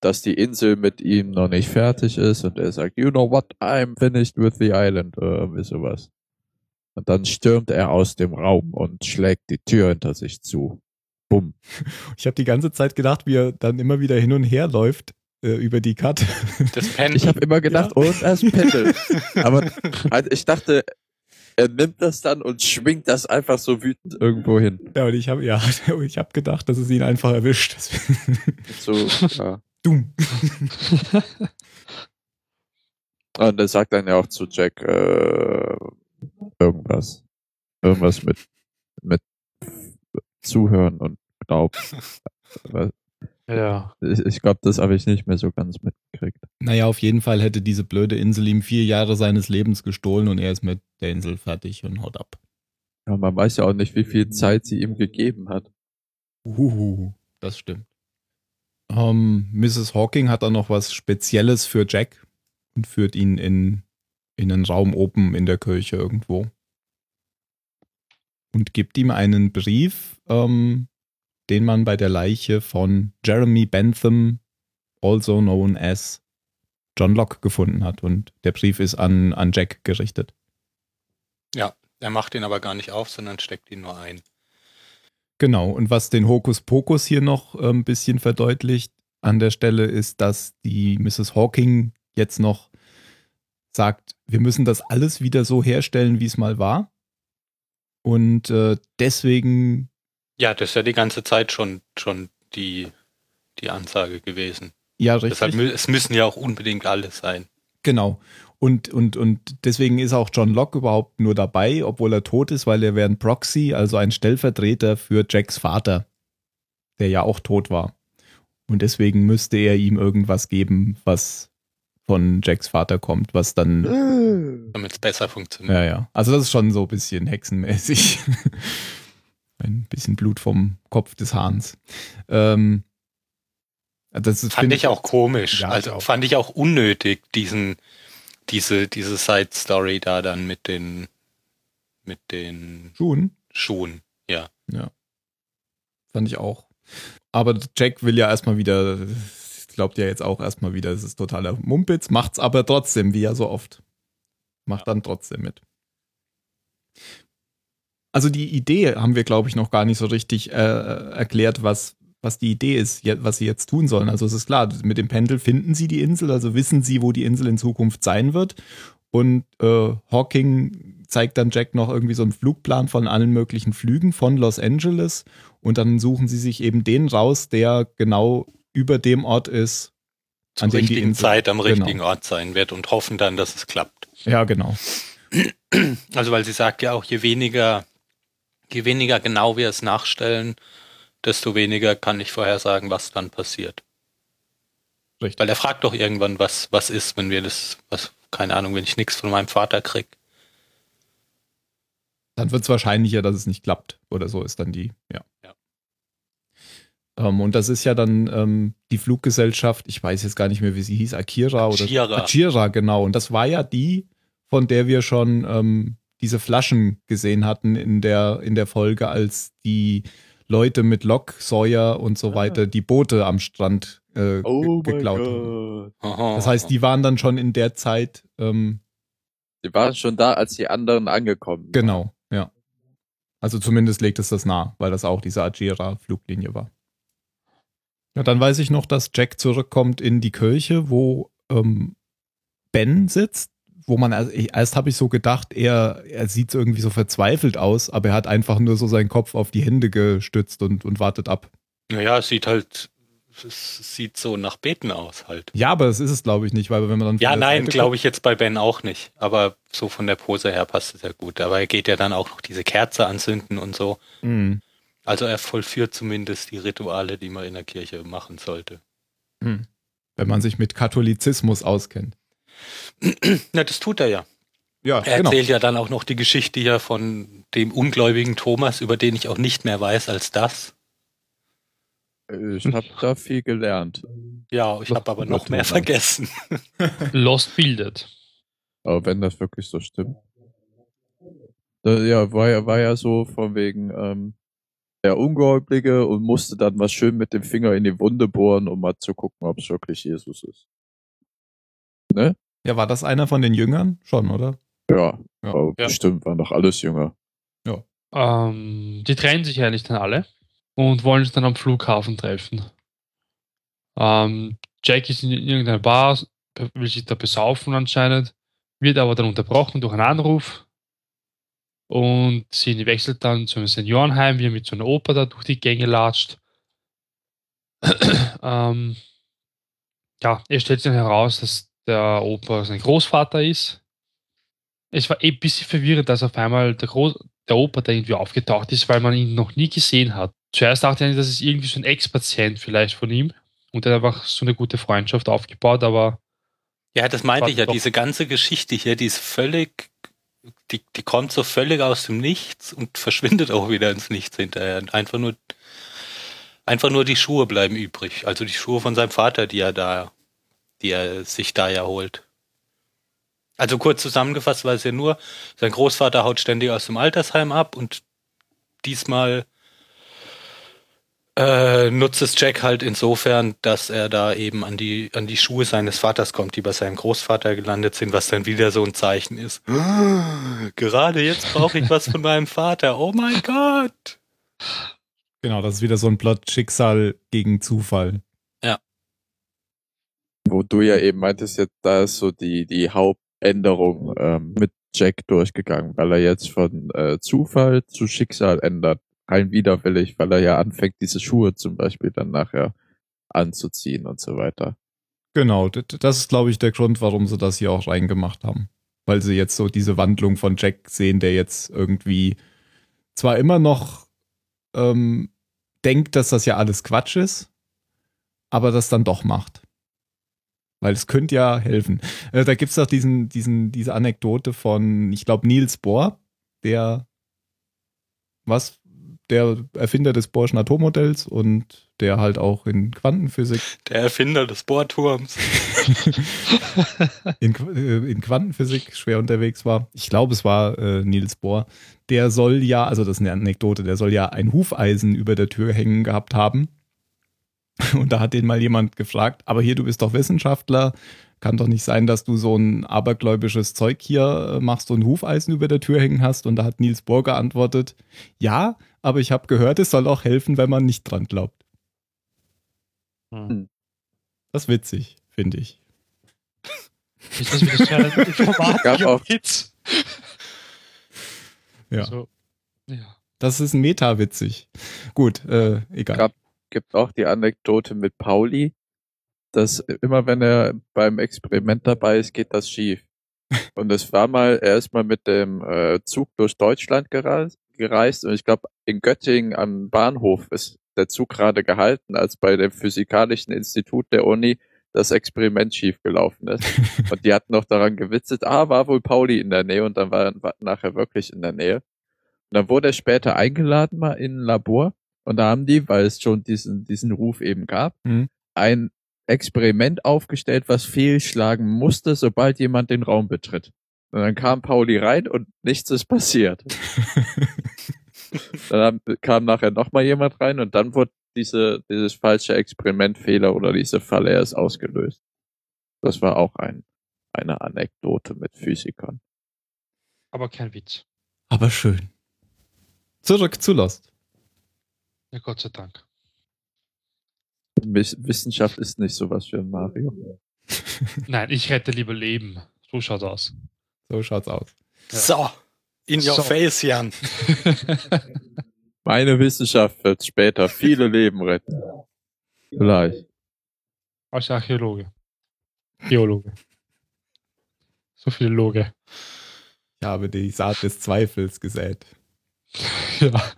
Speaker 1: Dass die Insel mit ihm noch nicht fertig ist und er sagt, you know what, I'm finished with the island oder irgendwie sowas. Und dann stürmt er aus dem Raum und schlägt die Tür hinter sich zu. Bumm.
Speaker 2: Ich habe die ganze Zeit gedacht, wie er dann immer wieder hin und her läuft äh, über die Cut.
Speaker 3: Das Pen
Speaker 1: Ich habe immer gedacht,
Speaker 2: Ja.
Speaker 1: und er ist Pendel. Aber also ich dachte, er nimmt das dann und schwingt das einfach so wütend irgendwo hin.
Speaker 2: Ja, und ich habe ja, ich hab gedacht, dass es ihn einfach erwischt.
Speaker 1: So, ja.
Speaker 2: Dumm.
Speaker 1: Und er sagt dann ja auch zu Jack äh, irgendwas. Irgendwas mit, mit Zuhören und Glauben.
Speaker 4: Ja.
Speaker 1: Ich, ich glaube, das habe ich nicht mehr so ganz mitgekriegt.
Speaker 2: Naja, auf jeden Fall hätte diese blöde Insel ihm vier Jahre seines Lebens gestohlen und er ist mit der Insel fertig und haut ab.
Speaker 1: Ja, man weiß ja auch nicht, wie viel Zeit sie ihm gegeben hat.
Speaker 2: Uhuhu. Das stimmt. Ähm, Mrs. Hawking hat dann noch was Spezielles für Jack und führt ihn in, in einen Raum oben in der Kirche irgendwo. Und gibt ihm einen Brief, ähm, den man bei der Leiche von Jeremy Bentham, also known as John Locke, gefunden hat. Und der Brief ist an, an Jack gerichtet.
Speaker 3: er macht ihn aber gar nicht auf, sondern steckt ihn nur ein.
Speaker 2: Genau, und was den Hokuspokus hier noch äh, ein bisschen verdeutlicht an der Stelle ist, dass die Mrs. Hawking jetzt noch sagt, wir müssen das alles wieder so herstellen, wie es mal war. Und äh, deswegen,
Speaker 3: Ja, das ist ja die ganze Zeit schon, schon die, die Ansage gewesen.
Speaker 2: ja, richtig.
Speaker 3: Deshalb, mü- es müssen ja auch unbedingt alle sein.
Speaker 2: Genau. Und, und, und deswegen ist auch John Locke überhaupt nur dabei, obwohl er tot ist, weil er wäre ein Proxy, also ein Stellvertreter für Jacks Vater, der ja auch tot war. Und deswegen müsste er ihm irgendwas geben, was von Jacks Vater kommt, was dann.
Speaker 1: Äh,
Speaker 3: Damit es besser funktioniert.
Speaker 2: Ja, ja. Also das ist schon so ein bisschen hexenmäßig. ein bisschen Blut vom Kopf des Hahns. Ähm, das ist-
Speaker 3: Fand
Speaker 2: find-
Speaker 3: ich auch komisch.
Speaker 2: Ja, ich
Speaker 3: also
Speaker 2: auch.
Speaker 3: fand ich auch unnötig, diesen, diese, diese Side-Story da dann mit den, mit den
Speaker 2: Schon.
Speaker 3: Schuhen.
Speaker 2: Fand ich auch. Aber Jack will ja erstmal wieder, glaubt ja jetzt auch erstmal wieder, es ist totaler Mumpitz, macht's aber trotzdem, wie ja so oft. Macht dann trotzdem mit. Also die Idee haben wir, glaube ich, noch gar nicht so richtig äh, erklärt, was, was die Idee ist, je- was sie jetzt tun sollen. Also es ist klar, mit dem Pendel finden sie die Insel, also wissen sie, wo die Insel in Zukunft sein wird. Und äh, Hawking zeigt dann Jack noch irgendwie so einen Flugplan von allen möglichen Flügen von Los Angeles und dann suchen sie sich eben den raus, der genau über dem Ort ist.
Speaker 3: Zur
Speaker 2: An dem die
Speaker 3: richtigen
Speaker 2: Insel-
Speaker 3: Zeit am
Speaker 2: Genau.
Speaker 3: richtigen Ort sein wird und hoffen dann, dass es klappt.
Speaker 2: Ja, genau.
Speaker 3: Also weil sie sagt ja auch, je weniger, je weniger genau wir es nachstellen, desto weniger kann ich vorhersagen, was dann passiert.
Speaker 2: Richtig.
Speaker 3: Weil er fragt doch irgendwann, was, was ist, wenn wir das, was, keine Ahnung, wenn ich nichts von meinem Vater krieg.
Speaker 2: Dann wird es wahrscheinlicher, dass es nicht klappt. Oder so ist dann die, ja.
Speaker 3: Ja.
Speaker 2: Ähm, und das ist ja dann ähm, die Fluggesellschaft, ich weiß jetzt gar nicht mehr, wie sie hieß, Akira oder
Speaker 3: Akira.
Speaker 2: Akira, genau. Und das war ja die, von der wir schon ähm, diese Flaschen gesehen hatten in der, in der Folge, als die Leute mit Lok, Sawyer und so
Speaker 1: Ah.
Speaker 2: weiter die Boote am Strand äh,
Speaker 1: Oh
Speaker 2: ge-
Speaker 1: mein
Speaker 2: geklaut haben.
Speaker 1: Gott.
Speaker 3: Aha.
Speaker 2: Das heißt, die waren dann schon in der Zeit ähm,
Speaker 1: Die waren schon da, als die anderen angekommen waren.
Speaker 2: Genau, ja. Also zumindest legt es das nahe, weil das auch diese Ajira-Fluglinie war. Ja, dann weiß ich noch, dass Jack zurückkommt in die Kirche, wo ähm, Ben sitzt, wo man erst, ich- erst habe ich so gedacht, er, er sieht so irgendwie so verzweifelt aus, aber er hat einfach nur so seinen Kopf auf die Hände gestützt und, und wartet ab.
Speaker 3: Naja, es sieht halt, es sieht so nach Beten aus halt.
Speaker 2: Ja, aber das ist es, glaube ich, nicht, weil wenn man dann.
Speaker 3: Ja, nein, glaube ich jetzt bei Ben auch nicht. Aber so von der Pose her passt es ja gut. Aber er geht ja dann auch noch diese Kerze anzünden und so.
Speaker 2: ich. Mhm.
Speaker 3: Also er vollführt zumindest die Rituale, die man in der Kirche machen sollte.
Speaker 2: Mhm. Wenn man sich mit Katholizismus auskennt.
Speaker 3: Na, das tut er ja.
Speaker 2: Ja, genau.
Speaker 3: Er erzählt ja dann auch noch die Geschichte hier von dem ungläubigen Thomas, über den ich auch nicht mehr weiß als das.
Speaker 1: Ich habe da viel gelernt.
Speaker 3: Ja, ich habe aber noch mehr vergessen.
Speaker 4: Lost bildet.
Speaker 1: Aber wenn das wirklich so stimmt. Da, ja, war ja, war ja so von wegen ähm, der Ungläubige und musste dann was schön mit dem Finger in die Wunde bohren, um mal zu gucken, ob es wirklich Jesus ist.
Speaker 2: Ja, war das einer von den Jüngern? Schon, oder?
Speaker 1: Ja,
Speaker 2: Ja.
Speaker 1: aber
Speaker 3: Ja.
Speaker 1: bestimmt waren doch alles jünger.
Speaker 4: Ähm, die trennen sich eigentlich dann alle und wollen sich dann am Flughafen treffen. Ähm, Jack ist in irgendeiner Bar, will sich da besaufen anscheinend, wird aber dann unterbrochen durch einen Anruf und sie wechselt dann zu einem Seniorenheim, wie er mit so einer Oper da durch die Gänge latscht. ähm, ja, er stellt sich dann heraus, dass der Opa sein Großvater ist. Es war eh ein bisschen verwirrend, dass auf einmal der, Groß der Opa da irgendwie aufgetaucht ist, weil man ihn noch nie gesehen hat. Zuerst dachte ich, das ist irgendwie so ein Ex-Patient vielleicht von ihm und er hat einfach so eine gute Freundschaft aufgebaut, aber
Speaker 3: Ja, das meinte
Speaker 4: War
Speaker 3: ich ja.
Speaker 4: doch-
Speaker 3: Diese ganze Geschichte hier, die ist völlig, die, die kommt so völlig aus dem Nichts und verschwindet auch wieder ins Nichts hinterher. Einfach nur, einfach nur die Schuhe bleiben übrig. Also die Schuhe von seinem Vater, die er da, die er sich da ja holt. Also kurz zusammengefasst war es ja nur, sein Großvater haut ständig aus dem Altersheim ab und diesmal äh, nutzt es Jack halt insofern, dass er da eben an die, an die Schuhe seines Vaters kommt, die bei seinem Großvater gelandet sind, was dann wieder so ein Zeichen ist.
Speaker 4: Ah.
Speaker 3: Gerade jetzt brauche ich was von meinem Vater. Oh mein Gott!
Speaker 2: Genau, das ist wieder so ein Plot Schicksal gegen Zufall.
Speaker 1: Wo du ja eben meintest, jetzt da ist so die, die Haupt, Änderung ähm, mit Jack durchgegangen, weil er jetzt von äh, Zufall zu Schicksal ändert. Rein widerwillig, weil er ja anfängt, diese Schuhe zum Beispiel dann nachher anzuziehen und so weiter.
Speaker 2: Genau, d- d- das ist, glaube ich, der Grund, warum sie das hier auch reingemacht haben. Weil sie jetzt so diese Wandlung von Jack sehen, der jetzt irgendwie zwar immer noch ähm, denkt, dass das ja alles Quatsch ist, aber das dann doch macht. Weil es könnte ja helfen. Äh, da gibt es auch diesen, diesen, diese Anekdote von, ich glaube, Niels Bohr, der was, der Erfinder des Bohrschen Atommodells und der halt auch in Quantenphysik
Speaker 3: Der Erfinder des Bohrturms.
Speaker 2: in, Qu- äh, in Quantenphysik schwer unterwegs war. Ich glaube, es war äh, Niels Bohr. Der soll ja, also das ist eine Anekdote, der soll ja ein Hufeisen über der Tür hängen gehabt haben. Und da hat den mal jemand gefragt, aber hier, du bist doch Wissenschaftler, kann doch nicht sein, dass du so ein abergläubisches Zeug hier äh, machst und ein Hufeisen über der Tür hängen hast. Und da hat Niels Bohr geantwortet, ja, aber ich habe gehört, es soll auch helfen, wenn man nicht dran glaubt.
Speaker 4: Hm.
Speaker 2: Das ist witzig, finde ich.
Speaker 4: Ist das wieder Sherlock
Speaker 1: Gab auch-
Speaker 4: Informatik Kids?
Speaker 2: Ja.
Speaker 4: So, Also, ja.
Speaker 2: Das ist ein Meta-witzig. Gut, äh, egal.
Speaker 1: Gab- gibt auch die Anekdote mit Pauli, dass immer wenn er beim Experiment dabei ist, geht das schief. Und es war mal, er ist mal mit dem äh, Zug durch Deutschland gereist, gereist und ich glaube, in Göttingen am Bahnhof ist der Zug gerade gehalten, als bei dem Physikalischen Institut der Uni das Experiment schiefgelaufen ist. Und die hatten noch daran gewitzelt, ah, war wohl Pauli in der Nähe und dann war er wa- nachher wirklich in der Nähe. Und dann wurde er später eingeladen mal in ein Labor und da haben die, weil es schon diesen, diesen Ruf eben gab,
Speaker 2: Mhm.
Speaker 1: ein Experiment aufgestellt, was fehlschlagen musste, sobald jemand den Raum betritt. Und dann kam Pauli rein und nichts ist passiert. dann haben, kam nachher nochmal jemand rein und dann wurde diese, dieses falsche Experimentfehler oder diese Falle erst ausgelöst. Das war auch ein, eine Anekdote mit Physikern.
Speaker 4: Aber kein Witz.
Speaker 2: Aber schön. Zurück zu Lost.
Speaker 4: Ja, Gott sei Dank.
Speaker 1: Wiss- Wissenschaft ist nicht sowas für Mario.
Speaker 4: Nein, ich rette lieber Leben. So schaut's aus.
Speaker 2: So schaut's aus.
Speaker 4: Ja.
Speaker 3: So, in your
Speaker 4: So.
Speaker 3: face, Jan.
Speaker 1: Meine Wissenschaft wird später viele Leben retten. Vielleicht.
Speaker 4: Als Archäologe. Geologe. So viele Loge.
Speaker 2: Ich habe die Saat des Zweifels gesät.
Speaker 4: Ja.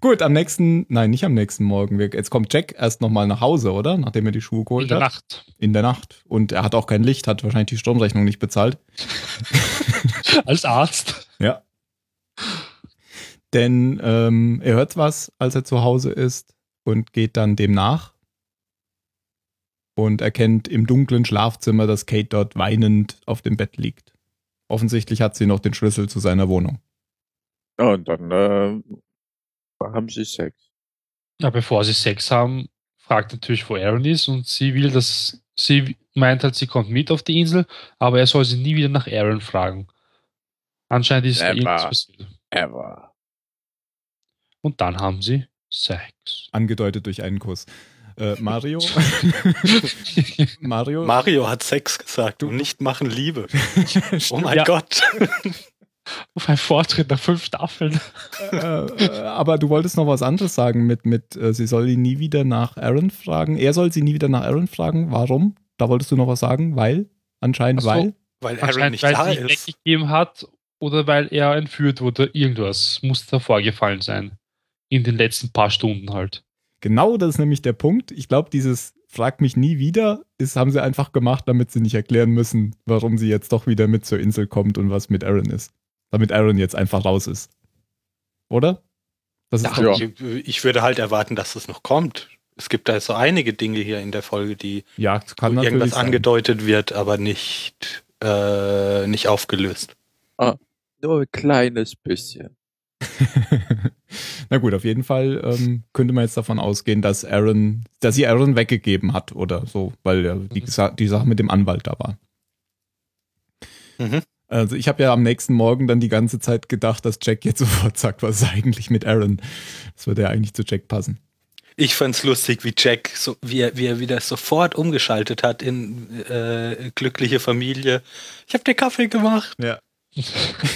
Speaker 2: Gut, am nächsten, nein, nicht am nächsten Morgen. Wir- Jetzt kommt Jack erst nochmal nach Hause, oder? Nachdem er die Schuhe
Speaker 4: In
Speaker 2: geholt
Speaker 4: der
Speaker 2: hat.
Speaker 4: Nacht.
Speaker 2: In der Nacht. Und er hat auch kein Licht, hat wahrscheinlich die Stromrechnung nicht bezahlt.
Speaker 4: Als Arzt.
Speaker 2: Ja. Denn ähm, er hört was, als er zu Hause ist und geht dann dem nach und erkennt im dunklen Schlafzimmer, dass Kate dort weinend auf dem Bett liegt. Offensichtlich hat sie noch den Schlüssel zu seiner Wohnung.
Speaker 1: Ja, und dann äh, haben sie Sex.
Speaker 4: Ja, bevor sie Sex haben, fragt natürlich, wo Aaron ist und sie will, dass sie meint halt, sie kommt mit auf die Insel, aber er soll sie nie wieder nach Aaron fragen. Anscheinend ist eh da
Speaker 1: Never.
Speaker 4: irgendwas passiert.
Speaker 1: Ever.
Speaker 4: Und dann haben sie Sex.
Speaker 2: Angedeutet durch einen Kuss. Äh, Mario? Mario?
Speaker 3: Mario hat Sex gesagt
Speaker 2: Du-
Speaker 3: und nicht machen Liebe. Oh mein
Speaker 4: Ja.
Speaker 3: Gott.
Speaker 4: Auf ein Vortritt nach fünf Staffeln.
Speaker 2: äh, äh, aber du wolltest noch was anderes sagen mit, mit äh, sie soll ihn nie wieder nach Aaron fragen. Er soll sie nie wieder nach Aaron fragen. Warum? Da wolltest du noch was sagen, weil? Anscheinend,
Speaker 4: Ach so.
Speaker 2: weil?
Speaker 3: Weil Aaron
Speaker 4: Anscheinend,
Speaker 3: nicht
Speaker 4: weil
Speaker 3: da
Speaker 4: sie ihn
Speaker 3: ist.
Speaker 4: weggegeben hat oder weil er entführt wurde. Irgendwas muss da vorgefallen sein. In den letzten paar Stunden halt.
Speaker 2: Genau das ist nämlich der Punkt. Ich glaube, dieses Frag mich nie wieder ist, haben sie einfach gemacht, damit sie nicht erklären müssen, warum sie jetzt doch wieder mit zur Insel kommt und was mit Aaron ist. Damit Aaron jetzt einfach raus ist. Oder? Das ist
Speaker 3: Ach,
Speaker 2: doch-
Speaker 1: Ja.
Speaker 3: Ich, ich würde halt erwarten, dass das noch kommt. Es gibt da so einige Dinge hier in der Folge, die
Speaker 2: ja, das kann
Speaker 3: wo
Speaker 2: natürlich
Speaker 3: irgendwas
Speaker 2: sein.
Speaker 3: angedeutet wird, aber nicht, äh, nicht aufgelöst.
Speaker 1: Nur ein kleines bisschen.
Speaker 2: Na gut, auf jeden Fall ähm, könnte man jetzt davon ausgehen, dass Aaron, dass sie Aaron weggegeben hat oder so, weil ja die, Gesa- die Sache mit dem Anwalt da war.
Speaker 3: Mhm.
Speaker 2: Also ich habe ja am nächsten Morgen dann die ganze Zeit gedacht, dass Jack jetzt sofort sagt, was ist eigentlich mit Aaron? Das würde ja eigentlich zu Jack passen.
Speaker 3: Ich fand's lustig, wie Jack, so, wie, er, wie er wieder sofort umgeschaltet hat in äh, glückliche Familie. Ich habe dir Kaffee gemacht.
Speaker 2: Ja.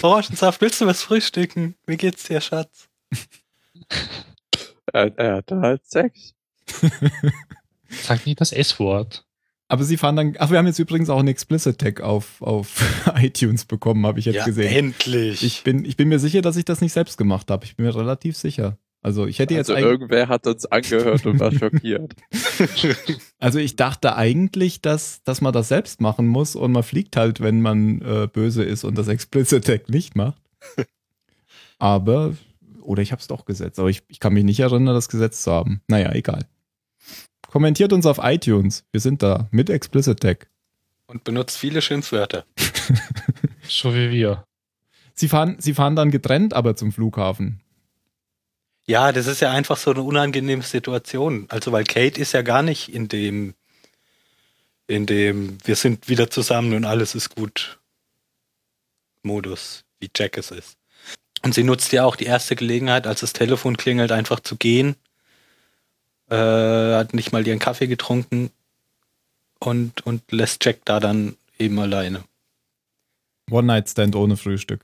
Speaker 3: Orangensaft, willst du was frühstücken? Wie geht's dir, Schatz?
Speaker 1: Er, er hatte halt Sex.
Speaker 4: Sag nicht das S-Wort.
Speaker 2: Aber sie fahren dann. Ach, wir haben jetzt übrigens auch einen Explicit Tag auf, auf iTunes bekommen, habe ich jetzt gesehen.
Speaker 3: endlich.
Speaker 2: Ich bin, ich bin mir sicher, dass ich das nicht selbst gemacht habe. Ich bin mir relativ sicher. Also ich hätte
Speaker 1: Also
Speaker 2: jetzt eigentlich,
Speaker 1: irgendwer hat uns angehört und war schockiert.
Speaker 2: also ich dachte eigentlich, dass, dass man das selbst machen muss und man fliegt halt, wenn man äh, böse ist und das Explicit Tag nicht macht. Aber, oder ich habe es doch gesetzt, aber ich, ich kann mich nicht erinnern, das gesetzt zu haben. Naja, egal. Kommentiert uns auf iTunes. Wir sind da mit Explicit Tag.
Speaker 3: Und benutzt viele Schimpfwörter.
Speaker 4: So wie wir.
Speaker 2: Sie fahren, sie fahren dann getrennt aber zum Flughafen.
Speaker 3: Ja, das ist ja einfach so eine unangenehme Situation. Also, weil Kate ist ja gar nicht in dem, in dem, wir sind wieder zusammen und alles ist gut Modus, wie Jack es ist. Und sie nutzt ja auch die erste Gelegenheit, als das Telefon klingelt, einfach zu gehen. Äh, hat nicht mal ihren Kaffee getrunken und, und lässt Jack da dann eben alleine.
Speaker 2: One-Night-Stand ohne Frühstück.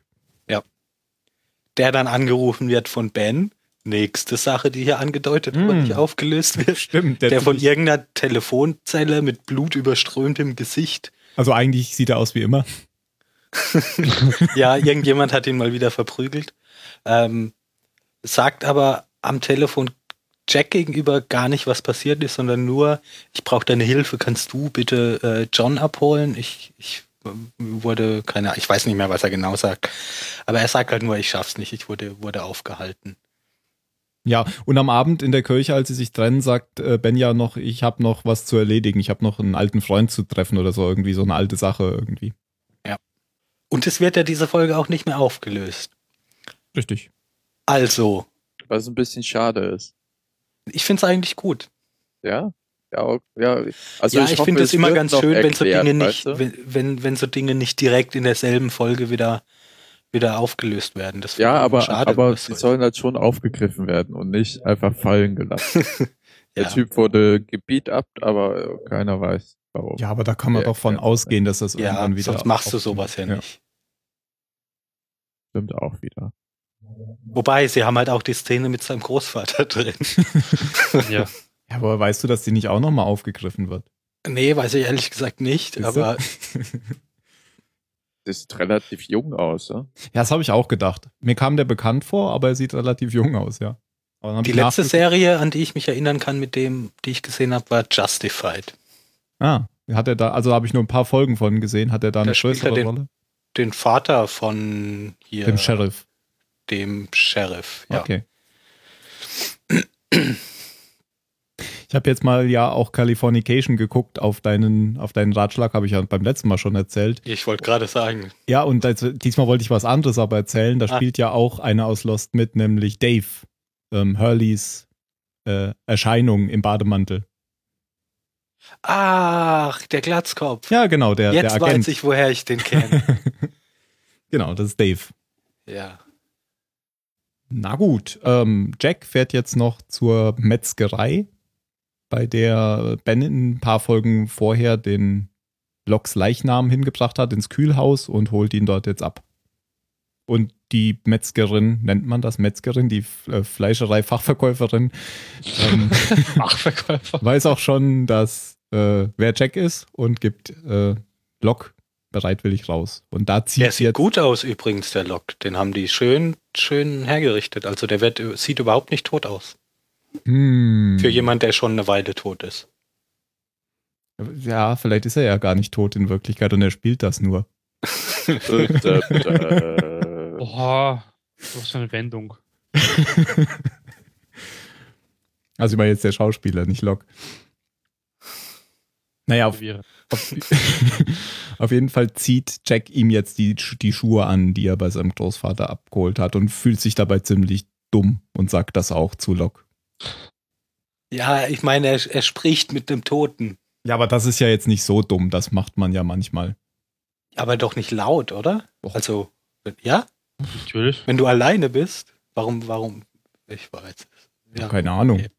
Speaker 3: Der dann angerufen wird von Ben. Nächste Sache, die hier angedeutet, aber
Speaker 2: Mm.
Speaker 3: nicht aufgelöst wird.
Speaker 2: Stimmt,
Speaker 3: der von irgendeiner Telefonzelle mit blutüberströmtem Gesicht.
Speaker 2: Also eigentlich sieht er aus wie immer.
Speaker 3: Ja, irgendjemand hat ihn mal wieder verprügelt. Ähm, sagt aber am Telefon Jack gegenüber gar nicht, was passiert ist, sondern nur, ich brauche deine Hilfe, kannst du bitte äh, John abholen? Ich, ich ähm, wurde, keine ich weiß nicht mehr, was er genau sagt. Aber er sagt halt nur, ich schaff's nicht, ich wurde, wurde aufgehalten.
Speaker 2: Ja, und am Abend in der Kirche, als sie sich trennen, sagt äh, Ben ja noch, ich habe noch was zu erledigen, ich habe noch einen alten Freund zu treffen oder so, irgendwie so eine alte Sache irgendwie.
Speaker 3: Und es wird ja diese Folge auch nicht mehr aufgelöst.
Speaker 2: Richtig.
Speaker 3: Also,
Speaker 1: Was ein bisschen schade ist.
Speaker 3: ich find's eigentlich gut.
Speaker 1: Ja? Ja, ok- ja. Also
Speaker 3: ja, ich,
Speaker 1: hoffe,
Speaker 3: finde es immer
Speaker 1: wird
Speaker 3: ganz
Speaker 1: noch
Speaker 3: schön, wenn so
Speaker 1: erklärt,
Speaker 3: Dinge nicht,
Speaker 1: weißt du?
Speaker 3: wenn, wenn, wenn so Dinge nicht direkt in derselben Folge wieder, wieder aufgelöst werden. Das
Speaker 1: Ja,
Speaker 3: finde ich
Speaker 1: aber,
Speaker 3: schade,
Speaker 1: aber
Speaker 3: dass
Speaker 1: sie
Speaker 3: so-
Speaker 1: sollen halt schon aufgegriffen werden und nicht einfach fallen gelassen. Der
Speaker 3: Ja.
Speaker 1: Typ wurde Gebiet ab, aber keiner weiß warum.
Speaker 2: Ja, aber da kann man
Speaker 1: Ja,
Speaker 2: doch von
Speaker 1: ja.
Speaker 2: ausgehen, dass das
Speaker 3: ja,
Speaker 2: irgendwann wieder.
Speaker 3: sonst machst du
Speaker 2: auf-
Speaker 3: sowas ja nicht.
Speaker 1: Stimmt auch wieder.
Speaker 3: Wobei, sie haben halt auch die Szene mit seinem Großvater drin.
Speaker 4: Ja.
Speaker 2: Ja, aber weißt du, dass die nicht auch nochmal aufgegriffen wird?
Speaker 3: nee, weiß ich ehrlich gesagt nicht,
Speaker 2: Siehst du?
Speaker 3: aber
Speaker 1: Das sieht relativ jung aus, ne?
Speaker 2: Ja, das habe ich auch gedacht. Mir kam der bekannt vor, aber er sieht relativ jung aus, ja. Aber dann hab
Speaker 3: die
Speaker 2: ich
Speaker 3: letzte
Speaker 2: nachgeguckt.
Speaker 3: Serie, an die ich mich erinnern kann, mit dem, die ich gesehen habe, war Justified.
Speaker 2: Ah, hat er da, also habe ich nur ein paar Folgen von gesehen, hat er da eine
Speaker 3: spielt er
Speaker 2: größere
Speaker 3: den-
Speaker 2: Rolle?
Speaker 3: Den Vater von hier,
Speaker 2: Dem Sheriff.
Speaker 3: dem Sheriff, ja.
Speaker 2: Okay. Ich habe jetzt mal ja auch Californication geguckt auf deinen, auf deinen Ratschlag, habe ich ja beim letzten Mal schon erzählt.
Speaker 3: Ich wollte gerade sagen,
Speaker 2: Ja, und das, diesmal wollte ich was anderes aber erzählen. Da
Speaker 3: Ah.
Speaker 2: spielt ja auch einer aus Lost mit, nämlich Dave, ähm, Hurleys äh, Erscheinung im Bademantel.
Speaker 3: ach, der Glatzkopf.
Speaker 2: Ja, genau, der,
Speaker 3: Jetzt
Speaker 2: der
Speaker 3: weiß
Speaker 2: Agent.
Speaker 3: ich, woher ich den kenne.
Speaker 2: genau, das ist Dave.
Speaker 3: ja.
Speaker 2: Na gut, ähm, Jack fährt jetzt noch zur Metzgerei, bei der Ben ein paar Folgen vorher den Locks Leichnam hingebracht hat ins Kühlhaus und holt ihn dort jetzt ab. Und die Metzgerin, nennt man das Metzgerin, die F- äh, Fleischerei-Fachverkäuferin, ähm,
Speaker 4: Fachverkäufer.
Speaker 2: weiß auch schon, dass äh, wer Jack ist und gibt äh, Lock bereitwillig raus. Und da
Speaker 3: Der
Speaker 2: zieht
Speaker 3: sieht
Speaker 2: jetzt
Speaker 3: gut aus übrigens, der Lock. Den haben die schön, schön hergerichtet. Also der wird, sieht überhaupt nicht tot aus.
Speaker 2: Hm.
Speaker 3: Für jemand, der schon eine Weile tot ist.
Speaker 2: Ja, vielleicht ist er ja gar nicht tot in Wirklichkeit und er spielt das nur.
Speaker 4: Oh,
Speaker 1: Äh,
Speaker 4: Oha. Was für eine Wendung.
Speaker 2: Also ich meine jetzt der Schauspieler, nicht Locke. Naja, auf,
Speaker 4: Wir.
Speaker 2: auf, auf jeden Fall zieht Jack ihm jetzt die, die Schuhe an, die er bei seinem Großvater abgeholt hat und fühlt sich dabei ziemlich dumm und sagt das auch zu Locke.
Speaker 3: Ja, ich meine, er, er spricht mit dem Toten.
Speaker 2: Ja, aber das ist ja jetzt nicht so dumm, das macht man ja manchmal.
Speaker 3: Aber doch nicht laut, oder?
Speaker 2: Doch.
Speaker 3: Also, ja,
Speaker 4: Natürlich.
Speaker 3: wenn du alleine bist, warum, warum? Ich weiß. es. Ja.
Speaker 2: Keine Ahnung.
Speaker 3: Okay.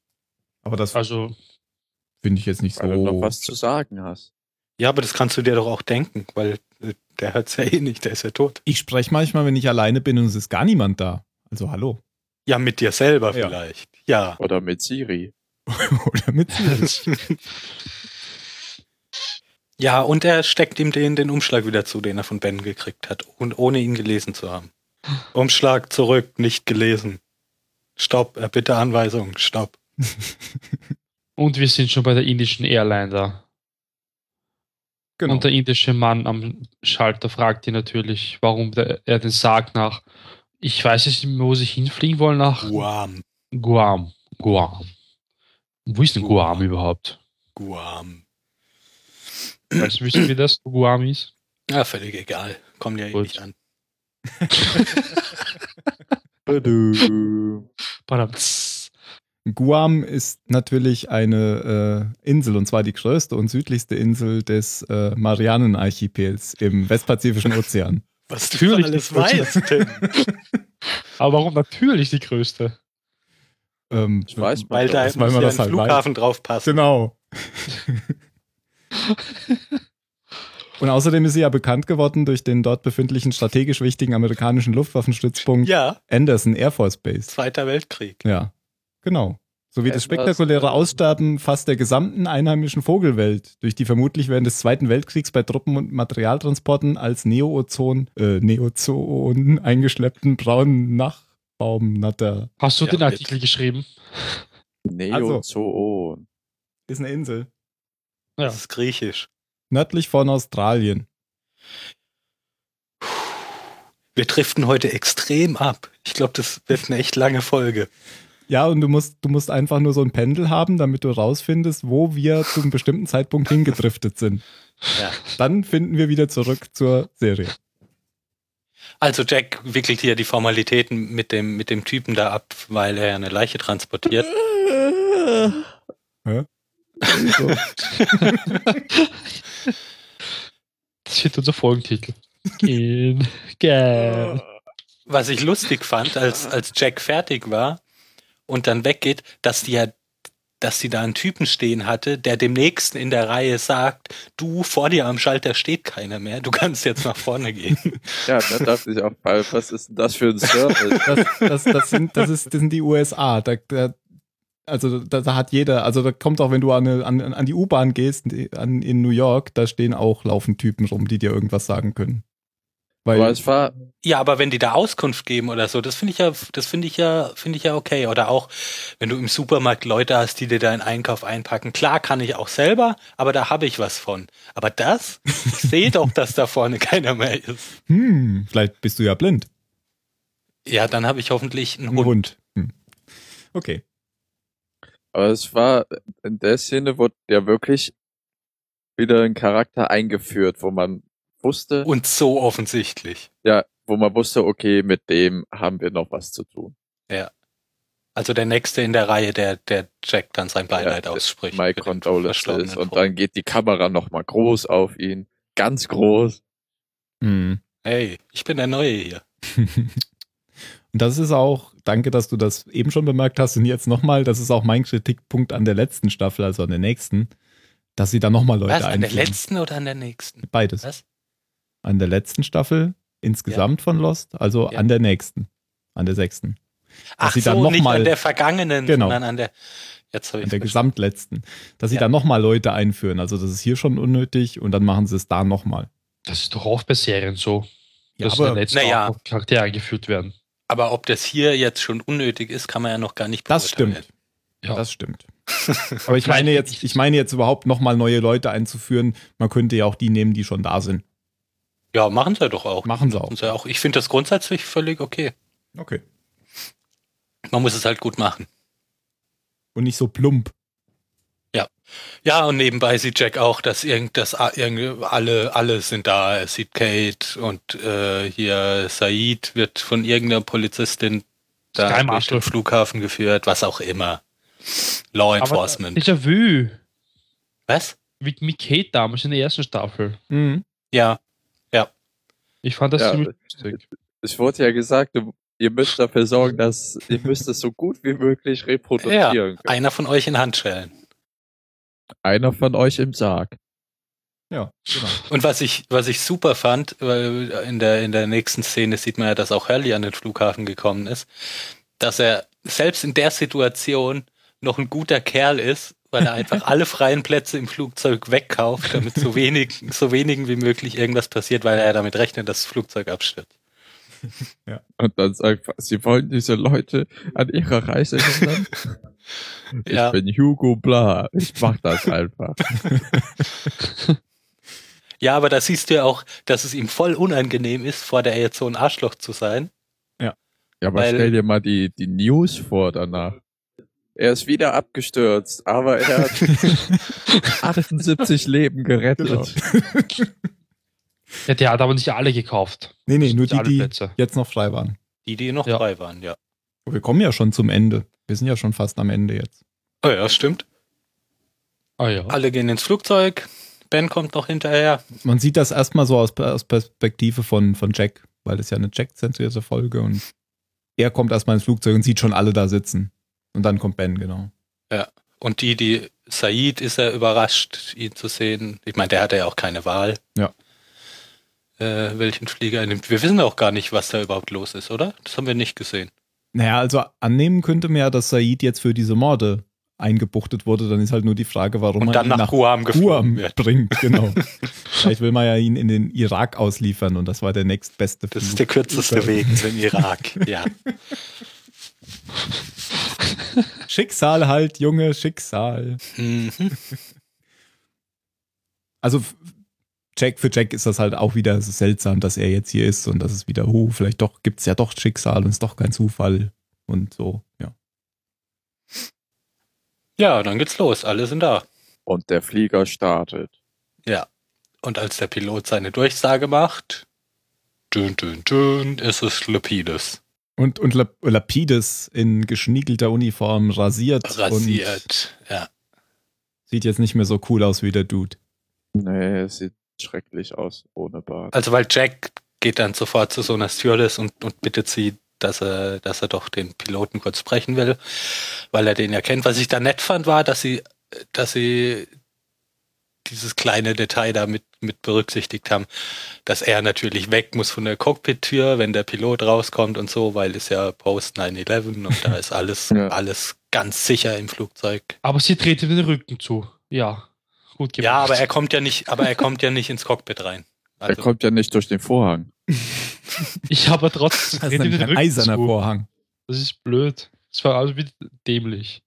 Speaker 2: Aber das
Speaker 4: Also,
Speaker 2: finde ich jetzt nicht
Speaker 1: weil du noch
Speaker 2: so.
Speaker 1: was zu sagen hast.
Speaker 3: Ja, aber das kannst du dir doch auch denken, weil äh, der hört's ja eh nicht, der ist ja tot.
Speaker 2: Ich spreche manchmal, wenn ich alleine bin und es ist gar niemand da. Also hallo.
Speaker 3: Ja, mit dir selber
Speaker 2: Ja.
Speaker 3: vielleicht. Ja.
Speaker 1: Oder mit Siri.
Speaker 2: Oder mit Siri.
Speaker 3: ja, und er steckt ihm den, den Umschlag wieder zu, den er von Ben gekriegt hat. Und ohne ihn gelesen zu haben. Umschlag zurück, nicht gelesen. Stopp, äh, bitte Anweisung, stopp.
Speaker 4: und wir sind schon bei der indischen Airline da.
Speaker 2: Genau.
Speaker 4: Und der indische Mann am Schalter fragt ihn natürlich, warum der, er den sagt nach. Ich weiß nicht, wo sie hinfliegen wollen, nach
Speaker 3: Guam,
Speaker 4: Guam. Guam. Wo ist denn Guam überhaupt?
Speaker 3: Guam.
Speaker 4: Weißt du, wissen wir das, wo Guam ist?
Speaker 3: Ja, völlig egal. Kommen ja eh
Speaker 4: Gut.
Speaker 3: nicht an.
Speaker 1: Badum.
Speaker 4: Badam, tss.
Speaker 2: Guam ist natürlich eine äh, Insel und zwar die größte und südlichste Insel des äh, Marianenarchipels im Westpazifischen Ozean.
Speaker 3: Was du
Speaker 4: Natürlich,
Speaker 3: alles
Speaker 4: das wird
Speaker 3: weißt, Tim.
Speaker 4: Aber warum natürlich die größte?
Speaker 2: Ähm,
Speaker 1: Ich weiß mal.
Speaker 3: Weil da
Speaker 2: Das
Speaker 3: muss
Speaker 2: weiß man
Speaker 3: ja
Speaker 2: das
Speaker 3: ein
Speaker 2: halt
Speaker 3: Flughafen draufpassen.
Speaker 2: Genau. und außerdem ist sie ja bekannt geworden durch den dort befindlichen strategisch wichtigen amerikanischen Luftwaffenstützpunkt
Speaker 3: Ja,
Speaker 2: Anderson Air Force Base.
Speaker 3: Zweiter Weltkrieg.
Speaker 2: Ja, genau. Sowie
Speaker 1: Etwas,
Speaker 2: das spektakuläre
Speaker 1: äh,
Speaker 2: Aussterben fast der gesamten einheimischen Vogelwelt, durch die vermutlich während des Zweiten Weltkriegs bei Truppen- und Materialtransporten als Neoozon, äh, Neozoon eingeschleppten braunen Nachbaumnatter.
Speaker 4: Hast du
Speaker 3: Ja,
Speaker 4: den
Speaker 3: jetzt.
Speaker 4: Artikel geschrieben?
Speaker 1: Neozoon.
Speaker 2: Ist eine Insel.
Speaker 4: Ja.
Speaker 3: Das ist griechisch.
Speaker 2: Nördlich von Australien.
Speaker 3: Wir driften heute extrem ab. Ich glaube, das wird eine echt lange Folge.
Speaker 2: Ja, und du musst, du musst einfach nur so ein Pendel haben, damit du rausfindest, wo wir zu einem bestimmten Zeitpunkt hingedriftet sind.
Speaker 3: Ja.
Speaker 2: Dann finden wir wieder zurück zur Serie.
Speaker 3: Also Jack wickelt hier die Formalitäten mit dem, mit dem Typen da ab, weil er ja eine Leiche transportiert.
Speaker 2: So.
Speaker 4: Das wird unser Folgentitel. Gehen. Gehen.
Speaker 3: Was ich lustig fand, als, als Jack fertig war und dann weggeht, dass die ja, dass die da einen Typen stehen hatte, der dem Nächsten in der Reihe sagt, du, vor dir am Schalter steht keiner mehr, du kannst jetzt nach vorne gehen.
Speaker 1: Ja, da dachte ich auch, weil was ist denn das für ein Service?
Speaker 2: das, das, das, sind, das, ist, das sind die USA. Da, da, also da, da hat jeder, also da kommt auch, wenn du an, eine, an, an die U-Bahn gehst die- an, in New York, da stehen auch laufend Typen rum, die dir irgendwas sagen können. Weil,
Speaker 1: Aber es war,
Speaker 3: Ja, aber wenn die da Auskunft geben oder so, das finde ich ja, das finde ich ja, finde ich ja okay. Oder auch, wenn du im Supermarkt Leute hast, die dir deinen Einkauf einpacken. Klar kann ich auch selber, aber da habe ich was von. Aber das, ich sehe doch, dass da vorne keiner mehr ist.
Speaker 2: hm, vielleicht bist du ja blind.
Speaker 3: Ja, dann habe ich hoffentlich einen
Speaker 2: Ein
Speaker 3: Hund.
Speaker 2: Hund. Hm. Okay.
Speaker 1: aber es war, in der Szene wurde ja wirklich wieder ein Charakter eingeführt, wo man wusste,
Speaker 3: Und so offensichtlich.
Speaker 1: ja, wo man wusste, okay, mit dem haben wir noch was zu tun.
Speaker 3: Also der nächste in der Reihe, der, der Jack dann sein Beileid
Speaker 1: Ja,
Speaker 3: ausspricht.
Speaker 1: My
Speaker 3: Mit dem
Speaker 1: Condolences.
Speaker 3: verstorbenen
Speaker 1: Und
Speaker 3: Freund.
Speaker 1: dann geht die Kamera nochmal groß auf ihn. Ganz groß.
Speaker 2: Hm.
Speaker 3: Hey, ich bin der Neue hier.
Speaker 2: Und das ist auch, danke, dass du das eben schon bemerkt hast und jetzt nochmal, das ist auch mein Kritikpunkt an der letzten Staffel, also an der nächsten, dass sie da nochmal Leute
Speaker 3: Was? An der
Speaker 2: einführen.
Speaker 3: letzten oder an der nächsten?
Speaker 2: Beides.
Speaker 3: Was?
Speaker 2: An der letzten Staffel insgesamt von Lost, also
Speaker 3: Ja.
Speaker 2: an der nächsten, an der sechsten,
Speaker 3: Ach
Speaker 2: sie
Speaker 3: so,
Speaker 2: dann noch
Speaker 3: nicht
Speaker 2: mal-
Speaker 3: an der vergangenen,
Speaker 2: Genau.
Speaker 3: sondern an der. Jetzt habe
Speaker 2: an
Speaker 3: ich
Speaker 2: der gesamtletzten, dass sie
Speaker 3: Ja.
Speaker 2: da nochmal Leute einführen. Also das ist hier schon unnötig und dann machen sie es da nochmal.
Speaker 4: Das ist doch oft bei Serien so,
Speaker 2: Ja,
Speaker 4: dass in
Speaker 2: aber
Speaker 4: der letzten
Speaker 3: naja.
Speaker 4: auch noch Charaktere eingeführt werden.
Speaker 3: Aber ob das hier jetzt schon unnötig ist, kann man ja noch gar nicht
Speaker 2: das
Speaker 3: beurteilen.
Speaker 2: stimmt.
Speaker 4: Ja.
Speaker 2: Das stimmt. Aber ich meine jetzt, ich meine jetzt überhaupt nochmal neue Leute einzuführen. Man könnte ja auch die nehmen, die schon da sind.
Speaker 3: Ja, machen sie doch auch.
Speaker 2: Machen sie auch.
Speaker 3: Machen sie auch. Ich finde das grundsätzlich völlig okay.
Speaker 2: Okay.
Speaker 3: Man muss es halt gut machen.
Speaker 2: Und nicht so plump.
Speaker 3: Ja, und nebenbei sieht Jack auch, dass irgend, dass a- irgend, alle, alle sind da. Er sieht Kate und äh, hier Said wird von irgendeiner Polizistin da
Speaker 4: Sky
Speaker 3: durch
Speaker 4: Marshal.
Speaker 3: den Flughafen geführt, was auch immer. Law
Speaker 4: äh,
Speaker 3: Enforcement.
Speaker 4: Déjà-vu.
Speaker 3: Was?
Speaker 4: Wie mit Kate damals in der ersten Staffel.
Speaker 2: Mhm.
Speaker 3: Ja,
Speaker 4: Ich fand das
Speaker 1: Ja,
Speaker 4: ziemlich lustig.
Speaker 1: Es wurde ja gesagt, du ihr müsst dafür sorgen, dass ihr müsst es so gut wie möglich reproduzieren. können.
Speaker 3: Einer von euch in Handschellen.
Speaker 1: Einer von euch im Sarg.
Speaker 2: Ja, genau.
Speaker 3: Und was ich, was ich super fand, weil in der, in der nächsten Szene sieht man ja, dass auch Hurley an den Flughafen gekommen ist, dass er selbst in der Situation noch ein guter Kerl ist, weil er einfach alle freien Plätze im Flugzeug wegkauft, damit so wenig, so wenigen wie möglich irgendwas passiert, weil er ja damit rechnet, dass das Flugzeug abstürzt.
Speaker 1: Und dann sagt, sie wollen diese Leute an ihrer Reise hindern. Hm, ich
Speaker 3: Ja.
Speaker 1: bin Hugo Bla. Ich mach das einfach.
Speaker 3: Ja, aber da siehst du ja auch, dass es ihm voll unangenehm ist, vor der jetzt so ein Arschloch zu sein.
Speaker 1: Ja, aber
Speaker 3: Weil-
Speaker 1: stell dir mal die, die News vor danach. Er ist wieder abgestürzt, aber er hat 78 Leben gerettet.
Speaker 2: Genau.
Speaker 4: Ja, der hat aber nicht alle gekauft.
Speaker 2: Nee, nee, nur
Speaker 4: Nicht
Speaker 2: die,
Speaker 4: alle
Speaker 2: die
Speaker 4: Plätze.
Speaker 2: jetzt noch frei waren.
Speaker 3: Die, die noch
Speaker 4: Ja.
Speaker 3: frei waren, ja.
Speaker 2: Wir kommen ja schon zum Ende. Wir sind ja schon fast am Ende jetzt.
Speaker 3: Oh ja, stimmt.
Speaker 4: Ah ja.
Speaker 3: Alle gehen ins Flugzeug. Ben kommt noch hinterher.
Speaker 2: Man sieht das erstmal so aus, aus Perspektive von, von Jack, weil das ja eine Jack-zentrierte Folge und er kommt erstmal ins Flugzeug und sieht schon alle da sitzen. Und dann kommt Ben, genau.
Speaker 3: Und die, die Said ist ja überrascht, ihn zu sehen. Ich meine, der hatte ja auch keine Wahl.
Speaker 2: Ja.
Speaker 3: Äh, welchen Flieger er nimmt. Wir wissen auch gar nicht, was da überhaupt los ist, oder? Das haben wir nicht gesehen.
Speaker 2: Naja, also annehmen könnte man ja, dass Said jetzt für diese Morde eingebuchtet wurde. Dann ist halt nur die Frage, warum
Speaker 3: Und
Speaker 2: man
Speaker 3: dann
Speaker 2: ihn
Speaker 3: nach, Guam geflogen
Speaker 2: Guam
Speaker 3: wird.
Speaker 2: bringt. Genau. Vielleicht will man ja ihn in den Irak ausliefern und das war der nächstbeste
Speaker 3: Das
Speaker 2: Flug.
Speaker 3: ist der kürzeste Weg in Irak. Ja.
Speaker 2: Schicksal halt, Junge, Schicksal.
Speaker 3: Mhm.
Speaker 2: also f- Jack für Jack ist das halt auch wieder so seltsam, dass er jetzt hier ist und das ist wieder, huh, vielleicht doch gibt es ja doch Schicksal und ist doch kein Zufall und so, ja.
Speaker 3: ja, dann geht's los. Alle sind da.
Speaker 1: Und der Flieger startet.
Speaker 3: Und als der Pilot seine Durchsage macht, dün, dün, dün, ist es Lupides.
Speaker 2: Und, und Lap Lapides in geschniegelter Uniform rasiert, und
Speaker 3: Rasiert. Ja.
Speaker 2: sieht jetzt nicht mehr so cool aus wie der Dude.
Speaker 1: Nee, es sieht schrecklich aus ohne Bart.
Speaker 3: Also weil Jack geht dann sofort zu so einer Stewardess und, und bittet sie, dass er, dass er doch den Piloten kurz sprechen will, weil er den ja kennt. Was ich da nett fand, war, dass sie, dass sie dieses kleine Detail da mit, mit berücksichtigt haben, dass er natürlich weg muss von der Cockpit-Tür, wenn der Pilot rauskommt und so, weil es ja Post 9-11 und da ist alles,
Speaker 1: Ja.
Speaker 3: alles ganz sicher im Flugzeug.
Speaker 4: Aber sie dreht ihm den Rücken zu. Ja. Gut gemacht.
Speaker 3: Ja, aber er kommt ja nicht, aber er kommt ja nicht ins Cockpit rein.
Speaker 1: Er
Speaker 3: Also,
Speaker 1: kommt ja nicht durch den Vorhang.
Speaker 4: ich habe trotzdem
Speaker 2: Das ist
Speaker 4: dreht ihm
Speaker 2: nämlich
Speaker 4: den
Speaker 2: ein
Speaker 4: Rücken
Speaker 2: eiserner
Speaker 4: zu.
Speaker 2: Vorhang.
Speaker 4: Das ist blöd. Das war also wieder dämlich.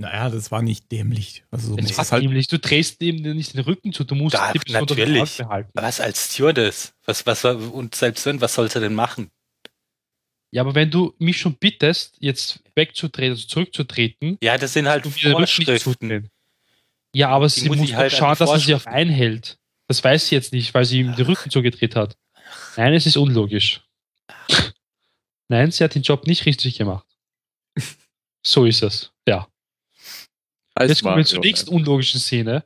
Speaker 2: Naja, das war nicht dämlich. Also so
Speaker 4: Es
Speaker 2: muss
Speaker 4: war
Speaker 2: es halt,
Speaker 4: dämlich. Du drehst ihm nicht den Rücken zu. Du musst
Speaker 3: Da-
Speaker 4: die Person unter den
Speaker 3: natürlich.
Speaker 4: Arm behalten.
Speaker 3: was als Stewardess? Was, was, und selbst wenn, was soll sie denn machen?
Speaker 4: Ja, aber wenn du mich schon bittest, jetzt wegzutreten, also zurückzutreten,
Speaker 3: Ja, das sind halt
Speaker 4: du wieder den Rücken nicht
Speaker 3: Vorschriften.
Speaker 4: zudrehen. Ja, aber
Speaker 3: Die
Speaker 4: sie
Speaker 3: muss
Speaker 4: muss,
Speaker 3: ich
Speaker 4: doch
Speaker 3: halt an
Speaker 4: schauen,
Speaker 3: die
Speaker 4: dass er sich auf
Speaker 3: Vorschriften-
Speaker 4: einhält. Das weiß sie jetzt nicht, weil sie ihm den Rücken zugedreht hat. Nein, es ist unlogisch. Nein, sie hat den Job nicht richtig gemacht. So ist es. Ja.
Speaker 1: Als
Speaker 4: Jetzt kommen wir zur
Speaker 1: Mario
Speaker 4: nächsten unlogischen Szene.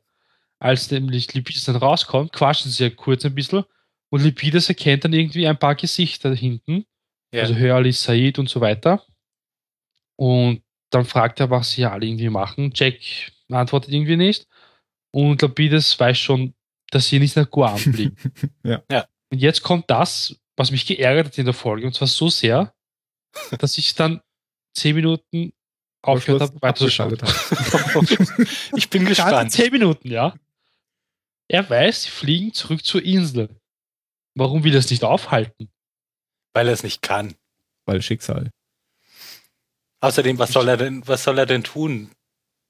Speaker 4: Als nämlich Lipides dann rauskommt, quatschen sie ja kurz ein bisschen und Lipides erkennt dann irgendwie ein paar Gesichter hinten.
Speaker 3: Ja.
Speaker 4: Also Hörli, Said und so weiter. Und dann fragt er, was sie alle irgendwie machen. Jack antwortet irgendwie nicht. Und Lapides weiß schon, dass sie nicht nach Guam fliegen.
Speaker 2: Ja.
Speaker 3: Ja.
Speaker 4: Und jetzt kommt das, was mich geärgert hat in der Folge, und zwar so sehr, dass ich dann zehn Minuten aufgehört habe, weiterzuschauen.
Speaker 2: abgeschaltet hat.
Speaker 3: ich bin
Speaker 4: Ganze
Speaker 3: gespannt.
Speaker 4: zehn Minuten, ja. Er weiß, sie fliegen zurück zur Insel. Warum will er es nicht aufhalten?
Speaker 3: Weil er es nicht kann.
Speaker 2: Weil Schicksal.
Speaker 3: Außerdem, was soll er denn, was soll er denn tun?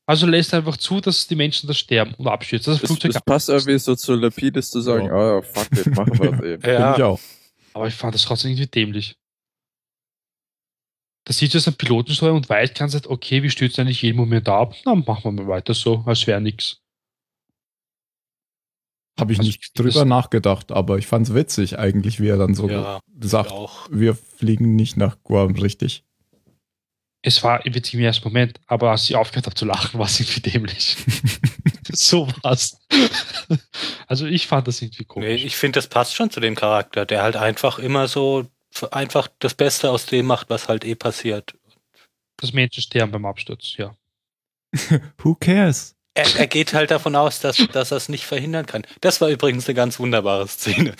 Speaker 4: Also lässt er einfach zu, dass die Menschen da sterben und abstürzt. Das
Speaker 1: Es,
Speaker 4: Flugzeug
Speaker 1: es passt irgendwie so zu Lapides zu sagen,
Speaker 2: Ja.
Speaker 1: ah, fuck it, machen wir das eben.
Speaker 2: Finde ich
Speaker 3: Ja,
Speaker 2: auch.
Speaker 4: Aber ich fand das trotzdem irgendwie dämlich. Da sieht jetzt ein Pilotensteuer und weiß ganz halt, okay, wir stürzen eigentlich jeden Moment ab. Na, machen wir mal weiter so, als wäre nichts.
Speaker 2: Habe ich
Speaker 4: Also
Speaker 2: nicht
Speaker 4: ich- das-
Speaker 2: drüber nachgedacht, aber ich fand's witzig eigentlich, wie er dann so
Speaker 3: ja,
Speaker 2: sagt,
Speaker 3: auch.
Speaker 2: wir fliegen nicht nach Guam, richtig.
Speaker 4: Es war witzig im ersten Moment, aber als ich aufgehört habe zu lachen, war es irgendwie dämlich. so war's. also ich fand das irgendwie komisch.
Speaker 3: Nee, ich finde, das passt schon zu dem Charakter, der halt einfach immer so einfach das Beste aus dem macht, was halt eh passiert.
Speaker 4: Das Menschen sterben beim Absturz, ja.
Speaker 2: Who cares?
Speaker 3: Er, er geht halt davon aus, dass, dass er es nicht verhindern kann. Das war übrigens eine ganz wunderbare Szene.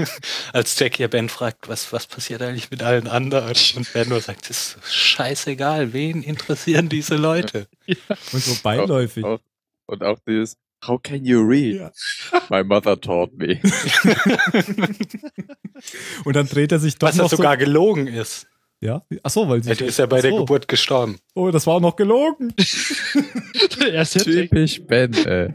Speaker 3: Als Jackie Ben fragt, was, was passiert eigentlich mit allen anderen? Und Ben nur sagt, es ist scheißegal, wen interessieren diese Leute?
Speaker 2: Und so beiläufig.
Speaker 1: Oh, Und auch dieses, how can you read?
Speaker 2: Ja.
Speaker 1: My mother taught me.
Speaker 2: Und dann dreht er sich doch
Speaker 3: Was ja
Speaker 2: noch
Speaker 3: sogar gelogen ist.
Speaker 2: so. Ja? Ach so, weil sie.
Speaker 3: Er ist ja bei der
Speaker 2: Ach so.
Speaker 3: Geburt gestorben.
Speaker 2: Oh, das war auch noch gelogen.
Speaker 4: Erst jetzt.
Speaker 1: Typisch Ben, ey.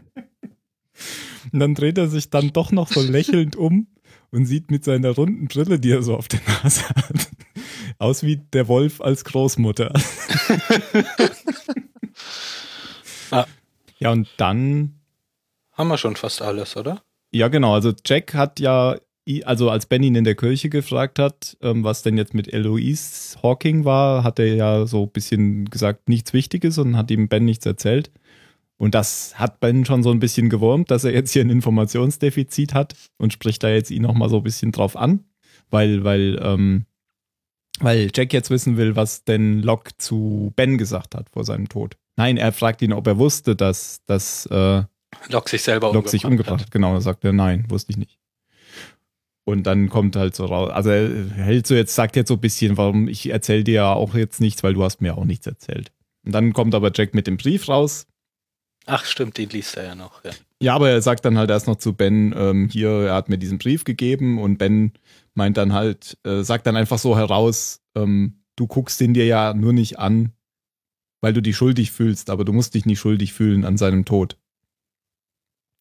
Speaker 2: Und dann dreht er sich dann doch noch so lächelnd um und sieht mit seiner runden Brille, die er so auf der Nase hat, aus wie der Wolf als Großmutter.
Speaker 3: Ah.
Speaker 2: Ja, und dann,
Speaker 3: Haben wir schon fast alles, oder?
Speaker 2: ja genau, also Jack hat ja, i- also als Ben ihn in der Kirche gefragt hat, ähm, was denn jetzt mit Eloise Hawking war, hat er ja so ein bisschen gesagt, nichts Wichtiges und hat ihm Ben nichts erzählt. Und das hat Ben schon so ein bisschen gewurmt, dass er jetzt hier ein Informationsdefizit hat und spricht da jetzt ihn nochmal so ein bisschen drauf an, weil, weil, ähm, weil Jack jetzt wissen will, was denn Locke zu Ben gesagt hat vor seinem Tod. Nein, er fragt ihn, ob er wusste, dass, dass äh,
Speaker 3: Lock sich selber
Speaker 2: Locke sich umgebracht hat. Genau, da sagt er, nein, wusste ich nicht. Und dann kommt halt so raus, also er hält so jetzt, sagt jetzt so ein bisschen, warum ich erzähle dir ja auch jetzt nichts, weil du hast mir auch nichts erzählt. Und dann kommt aber Jack mit dem Brief raus,
Speaker 3: Ach stimmt, den liest er ja noch. Ja.
Speaker 2: ja, aber er sagt dann halt erst noch zu Ben, ähm, hier, er hat mir diesen Brief gegeben und Ben meint dann halt, äh, sagt dann einfach so heraus, ähm, du guckst den dir ja nur nicht an, weil du dich schuldig fühlst, aber du musst dich nicht schuldig fühlen an seinem Tod.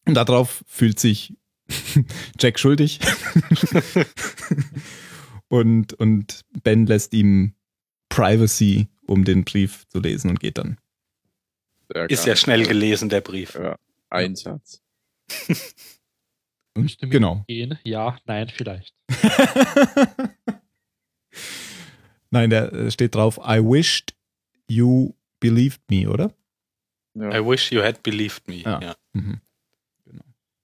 Speaker 2: Und darauf fühlt sich Jack schuldig. und, und Ben lässt ihm Privacy, um den Brief zu lesen und geht dann.
Speaker 1: Sehr
Speaker 3: Ist
Speaker 1: geil.
Speaker 3: ja schnell gelesen, der Brief.
Speaker 1: Einsatz.
Speaker 2: Und,
Speaker 4: Müsste mir
Speaker 2: genau.
Speaker 4: gehen. Ja, nein, vielleicht.
Speaker 2: Nein, da äh, steht drauf, I wished you believed me, oder?
Speaker 1: Ja.
Speaker 3: I wish you had believed me.
Speaker 2: Ja.
Speaker 3: Ja.
Speaker 2: Genau.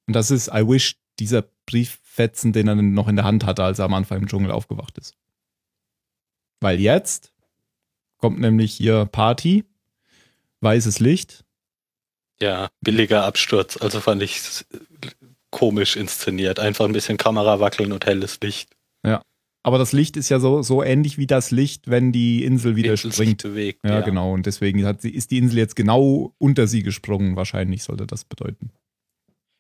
Speaker 2: Und das ist, I wish, dieser Brieffetzen, den er noch in der Hand hatte, als er am Anfang im Dschungel aufgewacht ist. Weil jetzt kommt nämlich hier Party, weißes Licht.
Speaker 3: Ja, billiger Absturz. Also fand ich s- komisch inszeniert. Einfach ein bisschen Kamera wackeln und helles Licht.
Speaker 2: Aber das Licht ist ja so, so ähnlich wie das Licht, wenn die Insel wieder
Speaker 3: Insel sich
Speaker 2: springt.
Speaker 3: Bewegt.
Speaker 2: Ja, genau. Und deswegen hat sie, ist die Insel jetzt genau unter sie gesprungen. Wahrscheinlich sollte das bedeuten.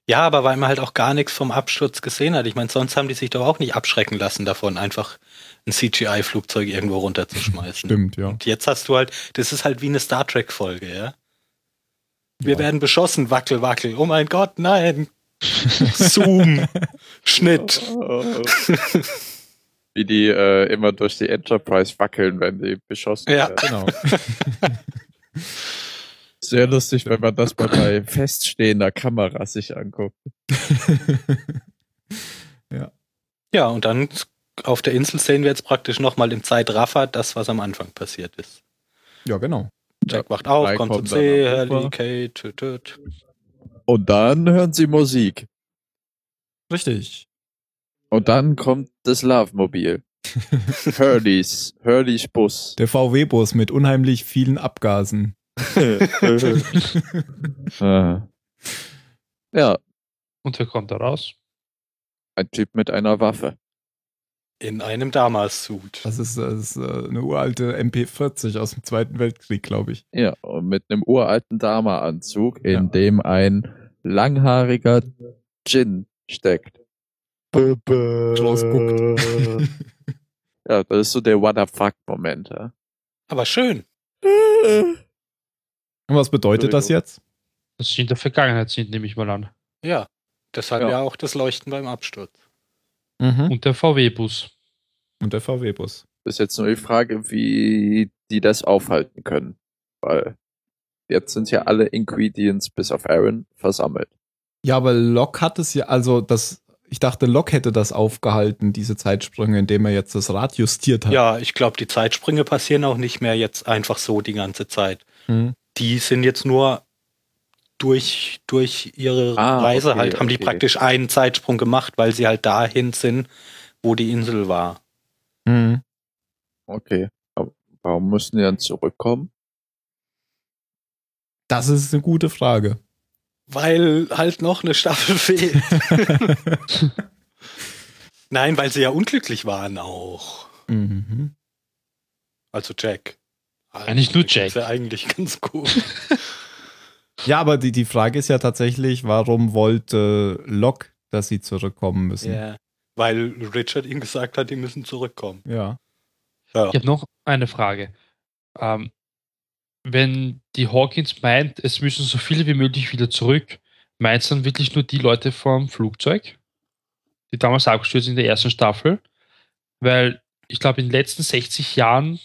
Speaker 3: Ja, aber weil man halt auch gar nichts vom Absturz gesehen hat. Ich meine, sonst haben die sich doch auch nicht abschrecken lassen davon, einfach ein CGI-Flugzeug irgendwo runterzuschmeißen.
Speaker 2: Stimmt, ja.
Speaker 3: Und jetzt hast du halt, das ist halt wie eine Star Trek-Folge, ja? Wir
Speaker 2: Ja.
Speaker 3: werden beschossen, wackel, wackel. Oh mein Gott, nein! Zoom! Schnitt!
Speaker 1: Wie die äh, immer durch die Enterprise wackeln, wenn die beschossen
Speaker 3: Ja.
Speaker 1: werden.
Speaker 2: Genau.
Speaker 1: Sehr lustig, wenn man das mal bei feststehender Kamera sich anguckt.
Speaker 3: Ja, und dann auf der Insel sehen wir jetzt praktisch nochmal im Zeitraffer das, was am Anfang passiert ist.
Speaker 2: ja, genau.
Speaker 3: Jack wacht auf,
Speaker 1: Drei
Speaker 3: kommt zum
Speaker 1: kommt dann
Speaker 3: See,
Speaker 1: am Ufer.
Speaker 3: Hurley, Kate, tüt, tüt.
Speaker 1: Und dann hören sie Musik.
Speaker 2: Richtig.
Speaker 1: Und dann kommt das Love-Mobil. Hurleys, Hurleys Bus.
Speaker 2: Der VW-Bus mit unheimlich vielen Abgasen.
Speaker 1: Ah. ja,
Speaker 4: Und wer kommt da raus?
Speaker 1: ein Typ mit einer Waffe.
Speaker 3: in einem Damas-Suit.
Speaker 2: Das ist, das ist äh, eine uralte MP40 aus dem Zweiten Weltkrieg, glaube ich.
Speaker 1: Ja, und mit einem uralten Dama-Anzug, in
Speaker 2: Ja.
Speaker 1: dem ein langhaariger Djinn steckt. Äh.
Speaker 2: Rausguckt.
Speaker 1: Ja, das ist so der What the fuck-Moment. Ja.
Speaker 3: Aber schön.
Speaker 2: Und was bedeutet das jetzt?
Speaker 4: Dass sie in der Vergangenheit sind, nehme ich mal an.
Speaker 3: Ja, deshalb
Speaker 1: Ja.
Speaker 3: ja, auch das Leuchten beim Absturz.
Speaker 2: Mhm.
Speaker 3: Hm?
Speaker 4: Und der VW-Bus.
Speaker 2: Und der VW-Bus.
Speaker 1: Ist jetzt nur die Frage, wie die das aufhalten können. Weil jetzt sind ja alle Ingredients bis auf Aaron versammelt.
Speaker 2: Ja, aber Locke hat es ja, also das, ich dachte, Locke hätte das aufgehalten, diese Zeitsprünge, indem er jetzt das Rad justiert hat.
Speaker 3: Ja, ich glaube, die Zeitsprünge passieren auch nicht mehr jetzt einfach so die ganze Zeit.
Speaker 2: Mhm.
Speaker 3: Die sind jetzt nur durch, durch ihre
Speaker 1: Ah,
Speaker 3: Reise
Speaker 1: okay,
Speaker 3: halt, haben die
Speaker 1: okay.
Speaker 3: praktisch einen Zeitsprung gemacht, weil sie halt dahin sind, wo die Insel war.
Speaker 2: Mhm.
Speaker 1: Okay. Aber warum mussten die dann zurückkommen?
Speaker 2: Das ist eine gute Frage.
Speaker 3: Weil halt noch eine Staffel fehlt. Nein, weil sie ja unglücklich waren auch.
Speaker 2: Mhm.
Speaker 3: Also Jack.
Speaker 4: Eigentlich nur Jack.
Speaker 3: Ist ja eigentlich ganz gut.
Speaker 2: Ja, aber die, die Frage ist ja tatsächlich, warum wollte Locke, dass sie zurückkommen müssen?
Speaker 3: Ja. Weil Richard ihm gesagt hat, die müssen zurückkommen.
Speaker 2: Ja.
Speaker 3: Ja.
Speaker 4: Ich habe noch eine Frage. Ähm, wenn die Hawkins meint, es müssen so viele wie möglich wieder zurück, meint es dann wirklich nur die Leute vom Flugzeug, die damals abgestürzt sind in der ersten Staffel? Weil ich glaube, in den letzten 60 Jahren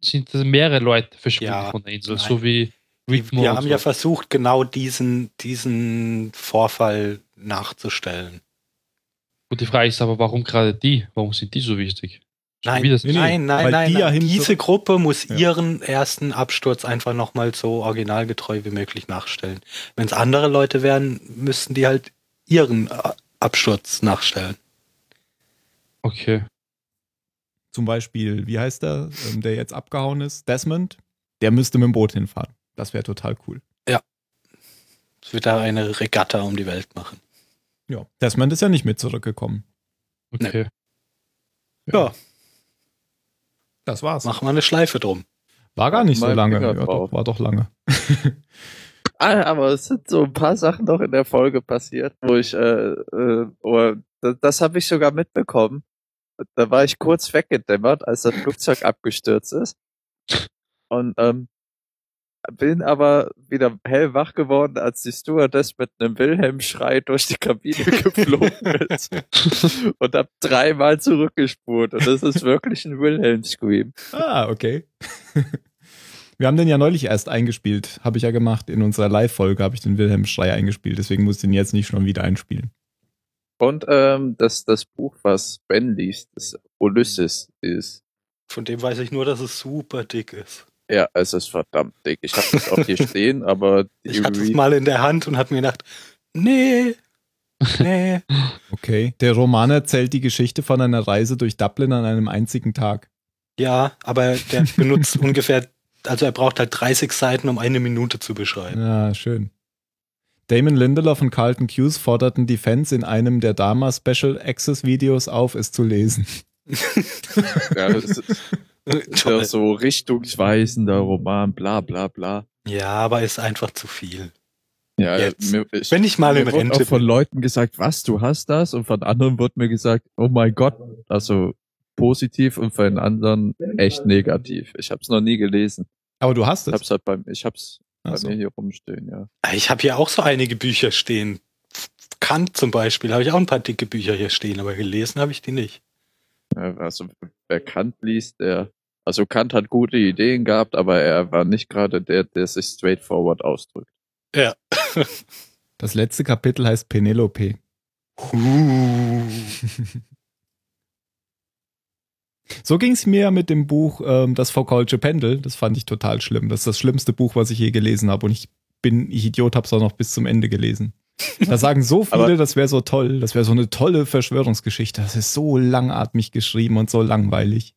Speaker 4: sind da mehrere Leute verschwunden
Speaker 3: Ja,
Speaker 4: von der Insel,
Speaker 3: nein.
Speaker 4: so wie
Speaker 3: Die,
Speaker 4: Whitmore.
Speaker 3: wir
Speaker 4: und
Speaker 3: haben
Speaker 4: so.
Speaker 3: ja versucht, genau diesen, diesen Vorfall nachzustellen.
Speaker 4: Und die Frage ist aber, warum gerade die? Warum sind die so wichtig? Schon
Speaker 3: Nein,
Speaker 4: wieder so-
Speaker 2: Nee, nee,
Speaker 3: nein, nein,
Speaker 2: weil
Speaker 3: nein.
Speaker 2: die ja
Speaker 3: nein.
Speaker 2: hin-
Speaker 3: Diese Gruppe muss
Speaker 2: Ja.
Speaker 3: ihren ersten Absturz einfach nochmal so originalgetreu wie möglich nachstellen. Wenn es andere Leute wären, müssten die halt ihren äh, Absturz nachstellen.
Speaker 4: Okay.
Speaker 2: Zum Beispiel, wie heißt der, ähm, der jetzt abgehauen ist? Desmond? Der müsste mit dem Boot hinfahren. Das wäre total cool.
Speaker 3: Es wird da eine Regatta um die Welt machen.
Speaker 2: Ja. Desmond ist ja nicht mit zurückgekommen.
Speaker 4: Okay.
Speaker 3: Ja,
Speaker 2: Das war's.
Speaker 3: mach mal eine Schleife drum.
Speaker 2: War gar nicht so
Speaker 1: Mein
Speaker 2: lange.
Speaker 1: Finger
Speaker 2: Ja, doch,
Speaker 1: drauf.
Speaker 2: war doch lange.
Speaker 1: Ah, aber es sind so ein paar Sachen noch in der Folge passiert, wo ich, äh, äh, oder, das, das habe ich sogar mitbekommen. Da war ich kurz weggedämmert, als das Flugzeug abgestürzt ist. Und ähm, bin aber wieder hellwach geworden, als die Stewardess mit einem Wilhelm-Schrei durch die Kabine geflogen ist. Und hab dreimal zurückgespurt. Und das ist wirklich ein Wilhelm-Scream.
Speaker 2: Ah, okay. Wir haben den ja neulich erst eingespielt. Habe ich ja gemacht. In unserer Live-Folge habe ich den Wilhelm Schrei eingespielt. Deswegen muss ich den jetzt nicht schon wieder einspielen.
Speaker 1: Und ähm, das, das Buch, was Ben liest, das Ulysses ist.
Speaker 3: Von dem weiß ich nur, dass es super dick ist.
Speaker 1: Ja, es ist verdammt dick. Ich habe es auch hier stehen, aber die
Speaker 3: Ich hatte es
Speaker 1: Re-
Speaker 3: mal in der Hand und habe mir gedacht, nee, nee.
Speaker 2: Okay. Der Roman erzählt die Geschichte von einer Reise durch Dublin an einem einzigen Tag.
Speaker 3: Ja, aber der benutzt ungefähr, also er braucht halt 30 Seiten, um eine Minute zu beschreiben.
Speaker 2: Ah, schön. Damon Lindelof und Carlton Hughes forderten die Fans in einem der Dama Special Access Videos auf, es zu lesen.
Speaker 1: ja, das ist, ist ja
Speaker 3: Toll.
Speaker 1: so richtungsweisender Roman, bla bla bla.
Speaker 3: Ja, aber ist einfach zu viel.
Speaker 1: Ja,
Speaker 3: Jetzt.
Speaker 1: Mir, ich,
Speaker 3: Wenn ich mal in
Speaker 1: mir wurde auch
Speaker 3: Rente
Speaker 1: von
Speaker 3: bin.
Speaker 1: Leuten gesagt, was, du hast das? Und von anderen wird mir gesagt, oh mein Gott, also positiv und von den anderen echt negativ. Ich habe es noch nie gelesen.
Speaker 2: Aber du hast
Speaker 1: Ich
Speaker 2: es.
Speaker 1: hab's halt beim, ich hab's
Speaker 2: Ach
Speaker 1: bei
Speaker 2: so.
Speaker 1: mir hier rumstehen, ja.
Speaker 3: Ah, Ich habe hier auch so einige Bücher stehen. Kant zum Beispiel, habe ich auch ein paar dicke Bücher hier stehen, aber gelesen habe ich die nicht.
Speaker 1: Ja, Also wer Kant liest, der also Kant hat gute Ideen gehabt, aber er war nicht gerade der, der sich straightforward ausdrückt.
Speaker 2: Das letzte Kapitel heißt Penelope. so ging es mir mit dem Buch ähm, Das verkeulsche Pendel. Das fand ich total schlimm. Das ist das schlimmste Buch, was ich je gelesen habe. Und ich bin, ich Idiot, habe es auch noch bis zum Ende gelesen. Da sagen so viele,
Speaker 1: Aber-
Speaker 2: das wäre so toll. Das wäre so eine tolle Verschwörungsgeschichte. Das ist so langatmig geschrieben und so langweilig.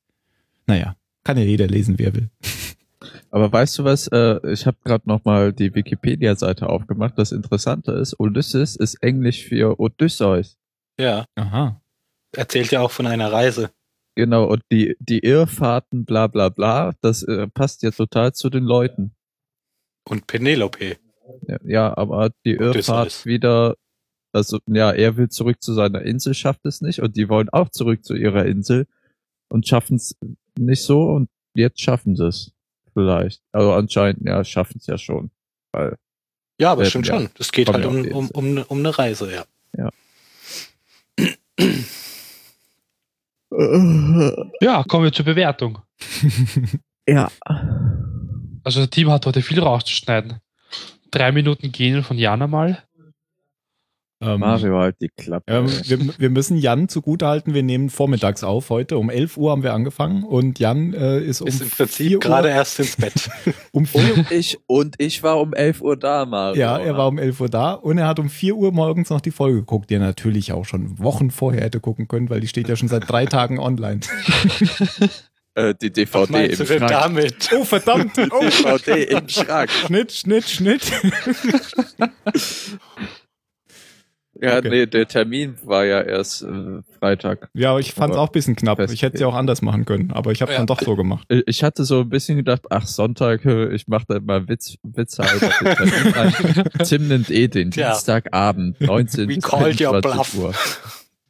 Speaker 2: Naja, kann ja jeder lesen, wer will.
Speaker 1: Aber weißt du was, äh, ich habe gerade nochmal die Wikipedia-Seite aufgemacht. Das Interessante ist, Ulysses ist Englisch für Odysseus.
Speaker 3: Ja,
Speaker 2: Aha.
Speaker 3: erzählt ja auch von einer Reise.
Speaker 1: Genau, und die, die Irrfahrten, bla bla bla, das äh, passt ja total zu den Leuten.
Speaker 3: Und Penelope.
Speaker 1: Ja, ja aber die
Speaker 3: Odysseus.
Speaker 1: Irrfahrt wieder, also ja, er will zurück zu seiner Insel, schafft es nicht und die wollen auch zurück zu ihrer Insel und schaffen es nicht so und jetzt schaffen sie es vielleicht. Also anscheinend, ja, schaffen es ja schon.
Speaker 3: Ja, aber
Speaker 1: Ja,
Speaker 3: stimmt
Speaker 1: ja.
Speaker 3: schon. Es geht
Speaker 1: Kommen
Speaker 3: halt
Speaker 1: ja
Speaker 3: um,
Speaker 1: auf die
Speaker 3: um, um, ne- um eine Reise, ja.
Speaker 4: Ja, kommen wir zur Bewertung.
Speaker 1: Ja.
Speaker 4: Also das Team hat heute viel rauszuschneiden. Drei Minuten gehen von Jana mal.
Speaker 2: Ähm,
Speaker 1: Mario halt die Klappe.
Speaker 2: Ja,
Speaker 1: ey.
Speaker 2: wir, wir müssen Jan zugutehalten, wir nehmen vormittags auf heute. Um 11 Uhr haben wir angefangen und Jan äh, ist um
Speaker 3: ist im
Speaker 2: 4
Speaker 3: Prinzip
Speaker 2: Uhr-
Speaker 3: gerade erst ins Bett.
Speaker 2: um 4
Speaker 1: Und ich, und ich war um 11 Uhr da, Mario.
Speaker 2: Ja, er war um 11 Uhr da und er hat um 4 Uhr morgens noch die Folge geguckt, die er natürlich auch schon Wochen vorher hätte gucken können, weil die steht ja schon seit drei Tagen online.
Speaker 1: Äh, die
Speaker 3: Was
Speaker 1: DVD
Speaker 3: meinst
Speaker 1: im
Speaker 3: du denn
Speaker 1: Schrank.
Speaker 3: damit?
Speaker 2: Oh, verdammt! Oh,
Speaker 1: DVD im Schrank.
Speaker 2: Schnitt, Schnitt, Schnitt.
Speaker 1: Ja,
Speaker 2: Okay.
Speaker 1: nee, der Termin war ja erst äh, Freitag.
Speaker 2: Ja, aber ich fand's auch ein bisschen knapp. Ich hätte sie auch anders machen können, aber ich habe
Speaker 3: Ja.
Speaker 2: dann doch so gemacht.
Speaker 1: Äh, Ich hatte so ein bisschen gedacht, ach, Sonntag, äh, ich mache da mal Witz, Witze halt auf den Termin rein. Tim nimmt eh den
Speaker 3: Tja.
Speaker 1: Dienstagabend, 19
Speaker 3: We
Speaker 1: bis
Speaker 3: called your
Speaker 1: 21 Uhr.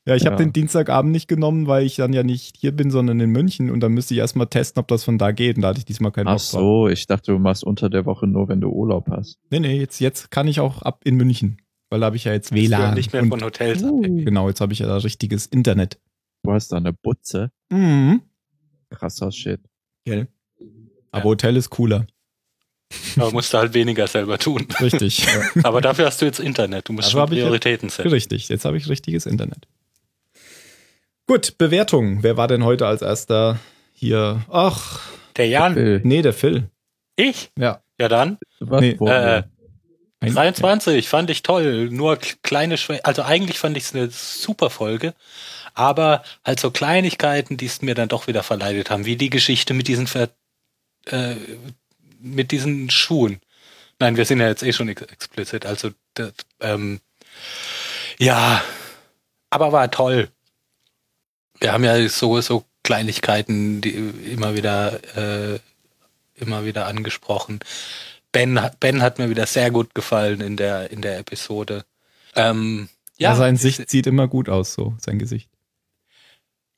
Speaker 2: Ja, ich habe
Speaker 1: Ja.
Speaker 2: den Dienstagabend nicht genommen, weil ich dann ja nicht hier bin, sondern in München und dann müsste ich erstmal testen, ob das von da geht. Und da hatte ich diesmal
Speaker 3: Genau,
Speaker 2: keinen
Speaker 1: Ach
Speaker 2: Bock drauf.
Speaker 1: so, ich dachte, du machst unter der Woche nur, wenn du Urlaub hast.
Speaker 2: Nee, nee, jetzt, jetzt kann ich auch ab in München, weil da habe ich ja jetzt
Speaker 3: Bist du ja
Speaker 2: WLAN.
Speaker 3: Nicht mehr
Speaker 2: und
Speaker 3: von Hotels abhängig.
Speaker 2: genau, jetzt habe ich ja da richtiges Internet.
Speaker 1: Du hast da eine Butze.
Speaker 2: Mhm.
Speaker 1: Krasser Shit.
Speaker 2: Gell? Aber Hotel ist cooler.
Speaker 3: Aber musst du halt weniger selber tun.
Speaker 2: Richtig.
Speaker 3: Aber dafür hast du jetzt Internet. Du musst
Speaker 2: Dafür
Speaker 3: schon
Speaker 2: hab ich jetzt-
Speaker 3: Prioritäten setzen.
Speaker 2: Richtig. Jetzt habe ich richtiges Internet. Gut, Bewertung. Wer war denn heute als erster hier? Ach,
Speaker 3: Der Jan,
Speaker 1: Äh,
Speaker 2: nee, der Phil.
Speaker 3: ich?
Speaker 2: Ja.
Speaker 3: Ja dann,
Speaker 1: was
Speaker 2: Nee,
Speaker 1: vor
Speaker 3: äh,
Speaker 1: mir?
Speaker 2: Ein-
Speaker 3: 23 fand ich toll. Nur k- kleine Schwä Also eigentlich fand ich es eine super Folge. Aber halt so Kleinigkeiten, die es mir dann doch wieder verleidet haben. Wie die Geschichte mit diesen, Ver äh, mit diesen Schuhen. Nein, wir sind ja jetzt eh schon ex explizit. Also, das, ähm, ja. Aber war toll. Wir haben ja so, so Kleinigkeiten, die immer wieder, äh, immer wieder angesprochen. Ben, hat- ben hat mir wieder sehr gut gefallen in der, in der Episode. Ähm, ja,
Speaker 2: Ja, sein
Speaker 3: ich-
Speaker 2: Sicht sieht immer gut aus, so sein Gesicht.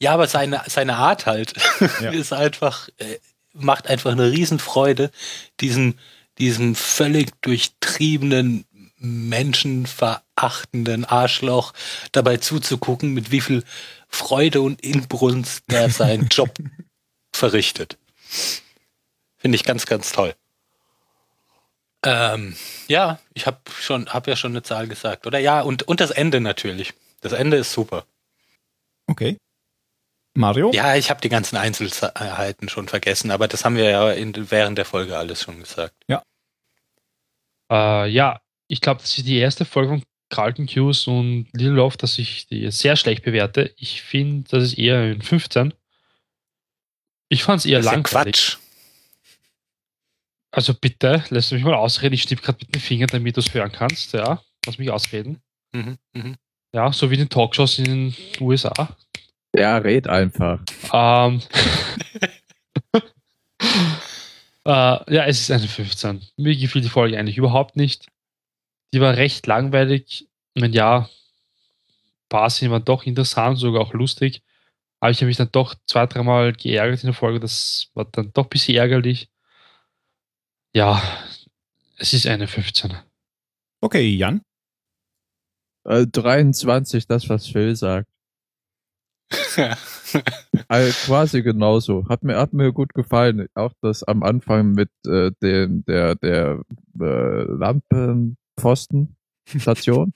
Speaker 3: ja, aber seine, seine Art halt
Speaker 2: Ja.
Speaker 3: ist einfach, äh, macht einfach eine Riesenfreude, diesen, diesen völlig durchtriebenen, menschenverachtenden Arschloch dabei zuzugucken, mit wie viel Freude und Inbrunst der seinen Job verrichtet. Finde ich ganz, ganz toll. Ähm, ja, ich habe schon, hab ja schon eine Zahl gesagt, oder? Ja, und, und das Ende natürlich. Das Ende ist super.
Speaker 2: Okay. Mario?
Speaker 3: Ja, ich habe die ganzen Einzelheiten schon vergessen, aber das haben wir ja in, während der Folge alles schon gesagt.
Speaker 4: Äh, ja, ich glaube, das ist die erste Folge von Carlton Hughes und Little Love, dass ich die sehr schlecht bewerte. Ich finde, das ist eher ein 15. Ich fand es eher
Speaker 3: das ist ja
Speaker 4: langweilig.
Speaker 3: Quatsch.
Speaker 4: also bitte, lass mich mal ausreden. Ich stimme gerade mit dem Finger, damit du es hören kannst. Ja, lass mich ausreden.
Speaker 3: Mhm, mhm.
Speaker 4: Ja, so wie in den Talkshows in den USA.
Speaker 1: Ja, red einfach.
Speaker 4: Ähm, äh, ja, es ist eine 15. Mir gefiel die Folge eigentlich überhaupt nicht. Die war recht langweilig. Wenn ja, ein paar Szenen waren doch interessant, sogar auch lustig. Aber ich habe mich dann doch zwei, dreimal geärgert in der Folge. Das war dann doch ein bisschen ärgerlich. Ja, es ist eine 15.
Speaker 2: Okay, Jan.
Speaker 1: Äh, 23, das, was Phil sagt. Äh, quasi genauso. Hat mir, hat mir gut gefallen. Auch das am Anfang mit äh, dem, der, der äh, Lampenpfostenstation.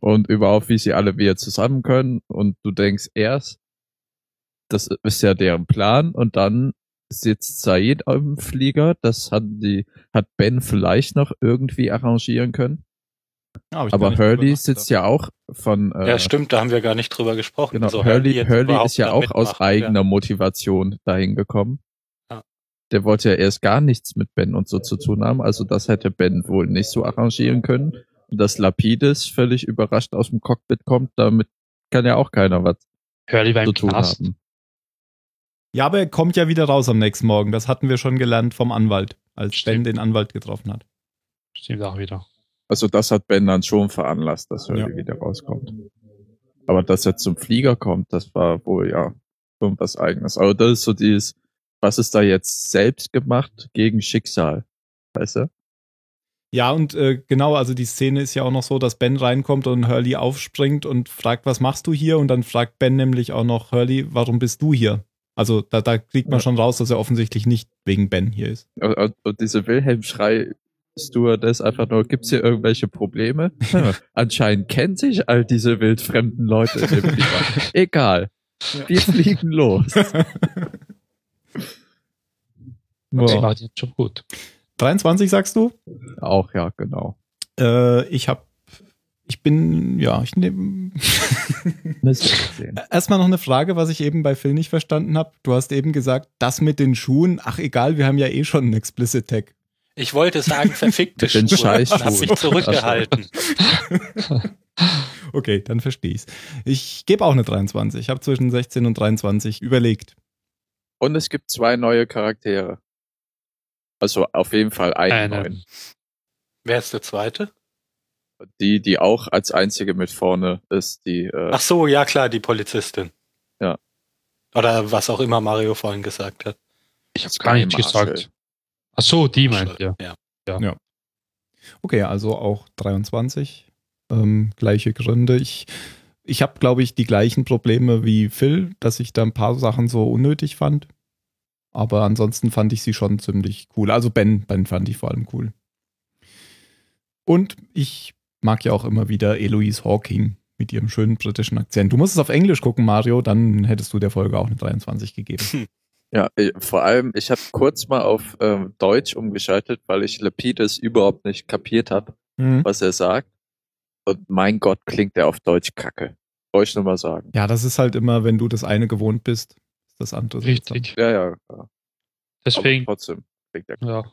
Speaker 1: und überhaupt, wie sie alle wieder zusammen können. Und du denkst erst, das ist ja deren Plan. Und dann sitzt Said im Flieger. Das hat die, hat Ben vielleicht noch irgendwie arrangieren können.
Speaker 2: Ja, hab Ah, ich gar
Speaker 1: Aber
Speaker 2: nicht drüber
Speaker 1: Hurley
Speaker 2: nachgedacht.
Speaker 1: sitzt ja auch von, äh,
Speaker 3: ja, stimmt, da haben wir gar nicht drüber gesprochen.
Speaker 1: Genau,
Speaker 3: Also
Speaker 1: Hurley,
Speaker 3: jetzt
Speaker 1: Hurley
Speaker 3: überhaupt
Speaker 1: ist ja
Speaker 3: da
Speaker 1: auch aus
Speaker 3: mitmachen,
Speaker 1: eigener Motivation dahin gekommen.
Speaker 3: Ja.
Speaker 1: Der wollte ja erst gar nichts mit Ben und so zu tun haben, also das hätte Ben wohl nicht so arrangieren können. Und dass Lapides völlig überrascht aus dem Cockpit kommt, damit kann ja auch keiner was
Speaker 4: Hurley war
Speaker 1: zu
Speaker 4: im
Speaker 1: tun
Speaker 4: Knast.
Speaker 1: haben.
Speaker 2: Ja, aber er kommt ja wieder raus am nächsten Morgen. Das hatten wir schon gelernt vom Anwalt, als Ben
Speaker 4: Stimmt.
Speaker 2: den Anwalt getroffen hat.
Speaker 4: Stimmt auch wieder.
Speaker 1: Also das hat Ben dann schon veranlasst, dass Hurley
Speaker 2: Ja.
Speaker 1: wieder rauskommt. Aber dass er zum Flieger kommt, das war wohl ja irgendwas eigenes. Aber das ist so dieses, was ist da jetzt selbst gemacht gegen Schicksal? Weißt du?
Speaker 2: Ja, und äh, genau, also die Szene ist ja auch noch so, dass Ben reinkommt und Hurley aufspringt und fragt, was machst du hier? Und dann fragt Ben nämlich auch noch, Hurley, warum bist du hier? Also da, da kriegt man
Speaker 1: Ja.
Speaker 2: schon raus, dass er offensichtlich nicht wegen Ben hier ist.
Speaker 1: Und, und, und diese Wilhelm-Schrei Stewardess einfach nur, gibt's hier irgendwelche Probleme? Hm, Anscheinend kennen sich all diese wildfremden Leute in dem Flieger. Egal.
Speaker 2: Ja.
Speaker 1: Wir fliegen los.
Speaker 4: Ich
Speaker 1: ja,
Speaker 4: mache den Job gut.
Speaker 2: 23 sagst du?
Speaker 1: auch ja, genau.
Speaker 2: Äh, ich habe, ich bin, ja, ich nehme.
Speaker 1: Müssen wir sehen.
Speaker 2: Erstmal noch eine Frage, was ich eben bei Phil nicht verstanden habe. Du hast eben gesagt, das mit den Schuhen, ach egal, wir haben ja eh schon einen Explicit Tag.
Speaker 3: Ich wollte sagen, verfickte
Speaker 1: Mit den
Speaker 3: Schuhe.
Speaker 1: Scheißschuhen.
Speaker 3: Hat sich zurückgehalten.
Speaker 2: Okay, dann verstehe ich's. Ich gebe auch eine 23. Ich habe zwischen 16 und 23 überlegt.
Speaker 1: Und es gibt zwei neue Charaktere. Also auf jeden Fall einen neuen.
Speaker 4: Einen.
Speaker 3: Wer ist der zweite?
Speaker 1: Die, die auch als einzige mit vorne ist, die äh,
Speaker 3: Ach so, ja klar, die Polizistin.
Speaker 1: Ja.
Speaker 3: Oder was auch immer Mario vorhin gesagt hat.
Speaker 4: Ich habe gar nichts gesagt. Ach so, die meint ihr.
Speaker 3: ja.
Speaker 2: Okay, also auch 23. Ähm, gleiche Gründe. Ich, ich habe, glaube ich, die gleichen Probleme wie Phil, dass ich da ein paar Sachen so unnötig fand. Aber ansonsten fand ich sie schon ziemlich cool. Also Ben, Ben fand ich vor allem cool. Und ich mag ja auch immer wieder Eloise Hawking mit ihrem schönen britischen Akzent. Du musst es auf Englisch gucken, Mario, dann hättest du der Folge auch eine 23 gegeben.
Speaker 1: Ja, äh, vor allem, ich habe kurz mal auf ähm, Deutsch umgeschaltet, weil ich Lepides überhaupt nicht kapiert
Speaker 4: Mhm.
Speaker 1: habe, was er sagt. Und mein Gott, klingt er auf Deutsch kacke. Wollte ich nur mal sagen.
Speaker 2: Ja, das ist halt immer, wenn du das eine gewohnt bist, ist das andere.
Speaker 4: Richtig.
Speaker 1: Ja, ja, ja.
Speaker 4: Deswegen,
Speaker 1: Aber trotzdem klingt er
Speaker 4: ja.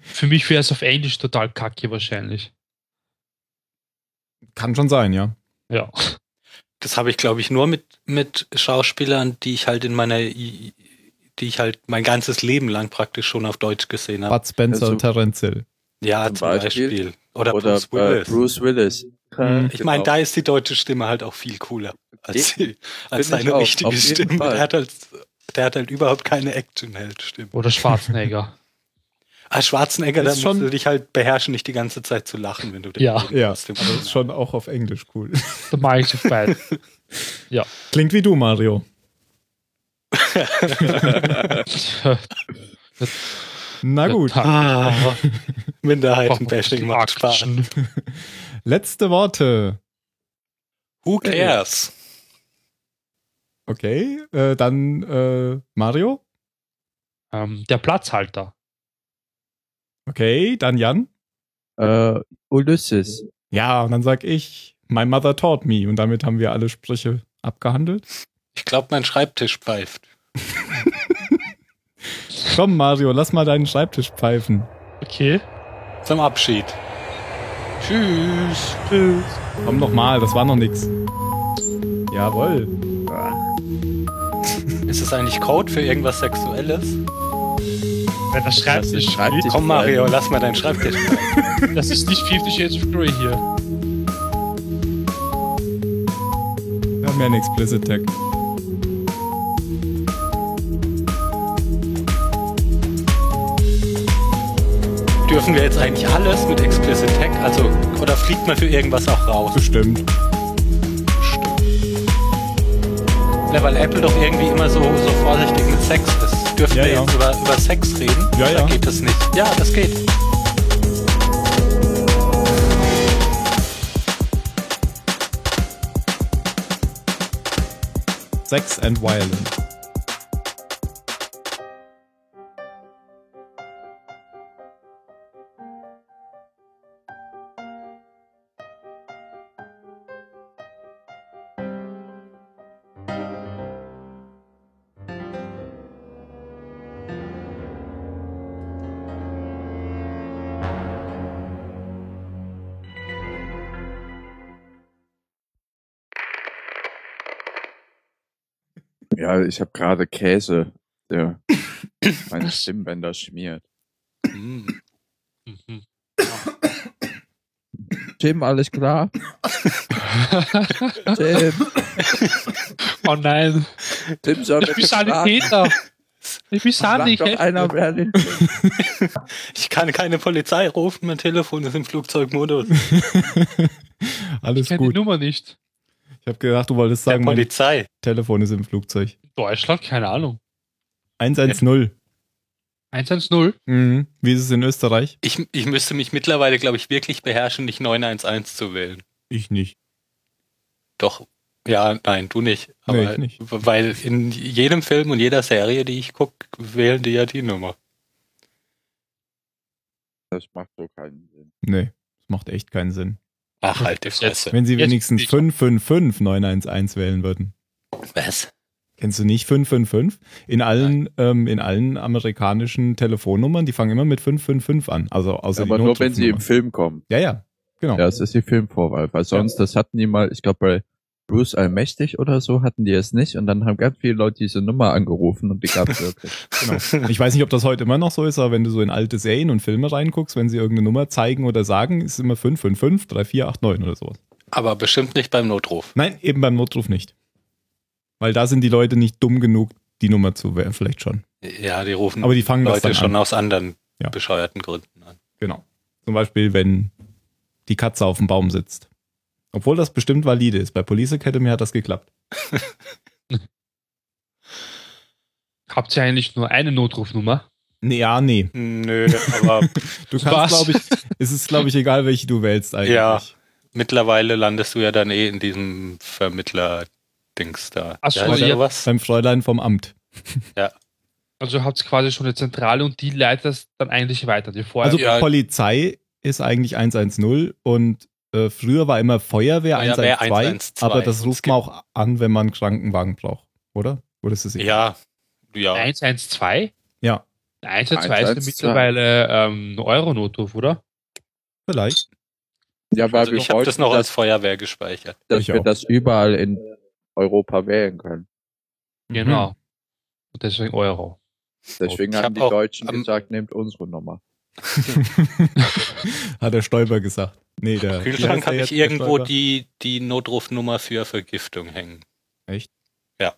Speaker 4: Für mich wäre es auf Englisch total kacke wahrscheinlich.
Speaker 2: Kann schon sein, ja.
Speaker 4: Ja.
Speaker 3: Das habe ich, glaube ich, nur mit, mit Schauspielern, die ich halt in meiner, die ich halt mein ganzes Leben lang praktisch schon auf Deutsch gesehen habe.
Speaker 2: Bud Spencer
Speaker 1: Also-
Speaker 2: und Terence Hill.
Speaker 3: Ja,
Speaker 1: Zum
Speaker 3: zum Beispiel.
Speaker 1: Beispiel.
Speaker 3: Oder,
Speaker 1: Oder
Speaker 3: Bruce Willis.
Speaker 1: Äh, Bruce Willis. Genau.
Speaker 2: Mhm.
Speaker 3: ich meine, da ist die deutsche Stimme halt auch viel cooler als, die, als
Speaker 1: Finde ich
Speaker 3: seine
Speaker 1: auch, auf
Speaker 3: richtige
Speaker 1: jeden
Speaker 3: Stimme.
Speaker 1: Fall.
Speaker 3: Der hat, halt, der hat halt überhaupt keine Action-Held-Stimme.
Speaker 4: Oder Schwarzenegger.
Speaker 3: Ah, Schwarzenegger, da
Speaker 2: Ist
Speaker 3: musst
Speaker 2: schon-
Speaker 3: du dich halt beherrschen, nicht die ganze Zeit zu lachen, wenn du den
Speaker 4: Ja.
Speaker 3: reden
Speaker 2: Ja,
Speaker 3: musst.
Speaker 2: aber ist schon auch auf Englisch cool.
Speaker 4: da mag ich auf beiden.
Speaker 2: Klingt wie du, Mario. Na
Speaker 4: Ja,
Speaker 2: gut,
Speaker 4: Tag.
Speaker 3: Ah, Minderheitenbashing macht Spaß.
Speaker 4: Action.
Speaker 2: letzte Worte.
Speaker 3: Who cares?
Speaker 2: Okay, äh, dann äh, Mario.
Speaker 4: Ähm, der Platzhalter.
Speaker 2: Okay, dann Jan.
Speaker 1: äh, Ulysses.
Speaker 2: Ja, und dann sag ich, My Mother Taught Me. Und damit haben wir alle Sprüche abgehandelt.
Speaker 3: Ich glaube, mein Schreibtisch pfeift.
Speaker 2: Komm, Mario, lass mal deinen Schreibtisch pfeifen.
Speaker 4: Okay.
Speaker 3: Zum Abschied. Tschüss.
Speaker 4: Tschüss.
Speaker 2: Komm noch mal, das war noch nix. Jawohl.
Speaker 3: Ist es eigentlich Code für irgendwas Sexuelles?
Speaker 4: Wenn er schreibt,
Speaker 1: Das
Speaker 4: ist,
Speaker 1: schreibt sich
Speaker 3: Komm,
Speaker 1: vor allem-
Speaker 3: Mario, lass mal deinen Schreibtisch pfeifen.
Speaker 4: das ist nicht 50 Shades of Grey hier.
Speaker 2: Wir haben ja einen Explicit Tag.
Speaker 3: Dürfen wir jetzt eigentlich alles mit Explicit Tag? Also, oder fliegt man für irgendwas auch raus?
Speaker 2: Bestimmt.
Speaker 3: Ja, weil Apple doch irgendwie immer so, so vorsichtig mit Sex ist. Dürfen
Speaker 2: Ja,
Speaker 3: wir
Speaker 2: ja.
Speaker 3: jetzt über, über Sex reden?
Speaker 2: Ja,
Speaker 3: oder
Speaker 2: ja.
Speaker 3: geht das nicht? Ja, das geht.
Speaker 2: Sex and Violence.
Speaker 1: Ja, ich habe gerade Käse, der meine Stimmbänder schmiert.
Speaker 3: Hm.
Speaker 4: Mhm.
Speaker 1: Tim, alles klar? Tim,
Speaker 4: Oh nein.
Speaker 1: Tim soll
Speaker 4: Ich bin Sanitäter. Ich bin Sani.
Speaker 1: Sag
Speaker 4: Ich
Speaker 1: doch
Speaker 4: helfe.
Speaker 1: einer, wer den
Speaker 3: Ich kann keine Polizei rufen, mein Telefon ist im Flugzeugmodus.
Speaker 2: Alles
Speaker 4: Ich kenne die
Speaker 2: gut.
Speaker 4: Nummer nicht.
Speaker 2: Ich habe gedacht, du wolltest
Speaker 3: Der
Speaker 2: sagen, mein
Speaker 3: Polizei.
Speaker 2: Telefon ist im Flugzeug.
Speaker 4: Deutschland, keine Ahnung.
Speaker 2: 110.
Speaker 4: 110?
Speaker 2: Mhm. Wie ist es in Österreich?
Speaker 3: Ich, ich müsste mich mittlerweile, glaube ich, wirklich beherrschen, nicht 911 zu wählen.
Speaker 2: Ich nicht.
Speaker 3: Doch, ja, nein, du nicht.
Speaker 2: Nee,
Speaker 3: Aber
Speaker 2: ich nicht.
Speaker 3: Weil in jedem Film und jeder Serie, die ich gucke, wählen die ja die Nummer.
Speaker 1: Das macht so keinen Sinn.
Speaker 2: Nee, das macht echt keinen Sinn. Hm.
Speaker 3: Ach, halt die Fresse.
Speaker 2: Wenn sie
Speaker 4: Jetzt-
Speaker 2: wenigstens 555 911 wählen würden.
Speaker 3: Was?
Speaker 2: Kennst du nicht 555? In allen, ähm, in allen amerikanischen Telefonnummern, die fangen immer mit 555 an. Also außer
Speaker 1: Aber
Speaker 2: die
Speaker 1: nur wenn sie im
Speaker 2: Notrufnummern.
Speaker 1: Film kommen.
Speaker 2: Ja, ja. Genau.
Speaker 1: Ja, es ist die Filmvorwahl, weil sonst, das hatten die mal, ich glaube bei Bruce Allmächtig oder so hatten die es nicht und dann haben ganz viele Leute diese Nummer angerufen und die gab es wirklich.
Speaker 2: Genau. Ich weiß nicht, ob das heute immer noch so ist, aber wenn du so in alte Serien und Filme reinguckst, wenn sie irgendeine Nummer zeigen oder sagen, ist immer 555 3489 oder sowas.
Speaker 3: Aber bestimmt nicht beim Notruf.
Speaker 2: Nein, eben beim Notruf nicht. Weil da sind die Leute nicht dumm genug, die Nummer zu wählen, vielleicht schon.
Speaker 3: Ja, die rufen
Speaker 2: Aber die fangen das
Speaker 3: Leute
Speaker 2: dann
Speaker 3: schon
Speaker 2: an.
Speaker 3: aus anderen
Speaker 2: Ja.
Speaker 3: bescheuerten Gründen an.
Speaker 2: Genau. Zum Beispiel, wenn die Katze auf dem Baum sitzt. Obwohl das bestimmt valide ist. Bei Police Academy hat das geklappt.
Speaker 4: Habt ihr eigentlich nur eine Notrufnummer?
Speaker 2: Nee, ja, nee.
Speaker 3: Nö, aber
Speaker 2: Du kannst,
Speaker 4: Was?
Speaker 2: glaube ich, es ist, glaube ich, egal, welche du wählst eigentlich.
Speaker 3: Ja. mittlerweile landest du ja dann eh in diesem Vermittler-Dings da.
Speaker 4: Ach so,
Speaker 3: ja, ist
Speaker 4: ja.
Speaker 3: ja. was?
Speaker 2: Beim Fräulein vom Amt.
Speaker 4: Also habt ihr quasi schon eine Zentrale und die leitet dann eigentlich weiter. Die vorher
Speaker 2: Also
Speaker 3: Ja.
Speaker 2: Polizei ist eigentlich 110 und äh, früher war immer Feuerwehr,
Speaker 3: Feuerwehr
Speaker 2: 112,
Speaker 3: 112.
Speaker 2: aber das
Speaker 3: Es
Speaker 2: ruft man auch an, wenn man einen Krankenwagen braucht, oder? Oder ist es egal?
Speaker 3: Ja, ja.
Speaker 4: 112?
Speaker 2: Ja.
Speaker 4: 112 ist
Speaker 1: 112.
Speaker 4: mittlerweile ähm, ein Euro-Notruf, oder?
Speaker 2: Vielleicht.
Speaker 1: Ja, weil
Speaker 3: Also
Speaker 1: wir
Speaker 3: ich habe
Speaker 1: wollten,
Speaker 3: das noch als
Speaker 1: dass,
Speaker 3: Feuerwehr gespeichert.
Speaker 1: dass
Speaker 2: Ich
Speaker 1: wir
Speaker 2: auch.
Speaker 1: das überall in Europa wählen können.
Speaker 2: Mhm.
Speaker 3: Mhm.
Speaker 4: Genau. Und deswegen Euro.
Speaker 1: Deswegen
Speaker 3: Ich
Speaker 1: haben
Speaker 3: hab
Speaker 1: die
Speaker 3: auch
Speaker 1: Deutschen
Speaker 3: am-
Speaker 1: gesagt, nehmt unsere Nummer.
Speaker 2: Hat der Stoiber gesagt. Nee, der
Speaker 3: Kühlschrank habe
Speaker 2: wie
Speaker 3: ich
Speaker 2: heißt der jetzt, der
Speaker 3: irgendwo
Speaker 2: Stoiber?
Speaker 3: die, die Notrufnummer für Vergiftung hängen.
Speaker 2: Echt?
Speaker 3: Ja.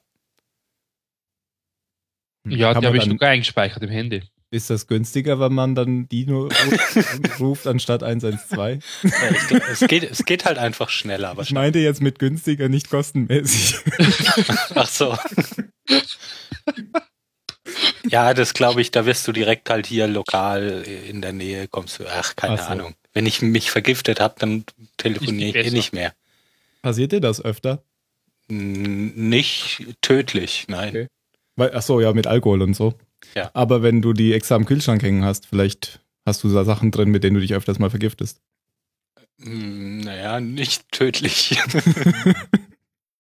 Speaker 2: Hm.
Speaker 4: Ja,
Speaker 2: Kann man
Speaker 4: die habe ich
Speaker 2: dann-
Speaker 4: sogar eingespeichert im Handy.
Speaker 2: Ist das günstiger, wenn man dann die nur ruft anstatt 112?
Speaker 3: Ja, es, geht, es, geht, es geht halt einfach schneller.
Speaker 2: Ich
Speaker 3: Wahrscheinlich.
Speaker 2: meinte jetzt mit günstiger, nicht kostenmäßig.
Speaker 3: Ach so. Ja, das glaube ich, da wirst du direkt halt hier lokal in der Nähe kommst du. Ach, keine
Speaker 2: Ach so.
Speaker 3: Ahnung. Wenn ich mich vergiftet habe, dann telefoniere
Speaker 4: Ist
Speaker 3: ich
Speaker 4: die
Speaker 3: eh
Speaker 4: besser.
Speaker 3: nicht mehr.
Speaker 2: Passiert dir das öfter?
Speaker 3: N- Nicht tödlich, nein.
Speaker 2: Okay. Weil, ach so, ja, mit Alkohol und so.
Speaker 3: Ja.
Speaker 2: Aber wenn du die extra im Kühlschrank hängen hast, vielleicht hast du da Sachen drin, mit denen du dich öfters mal vergiftest.
Speaker 3: Hm, Naja, nicht tödlich.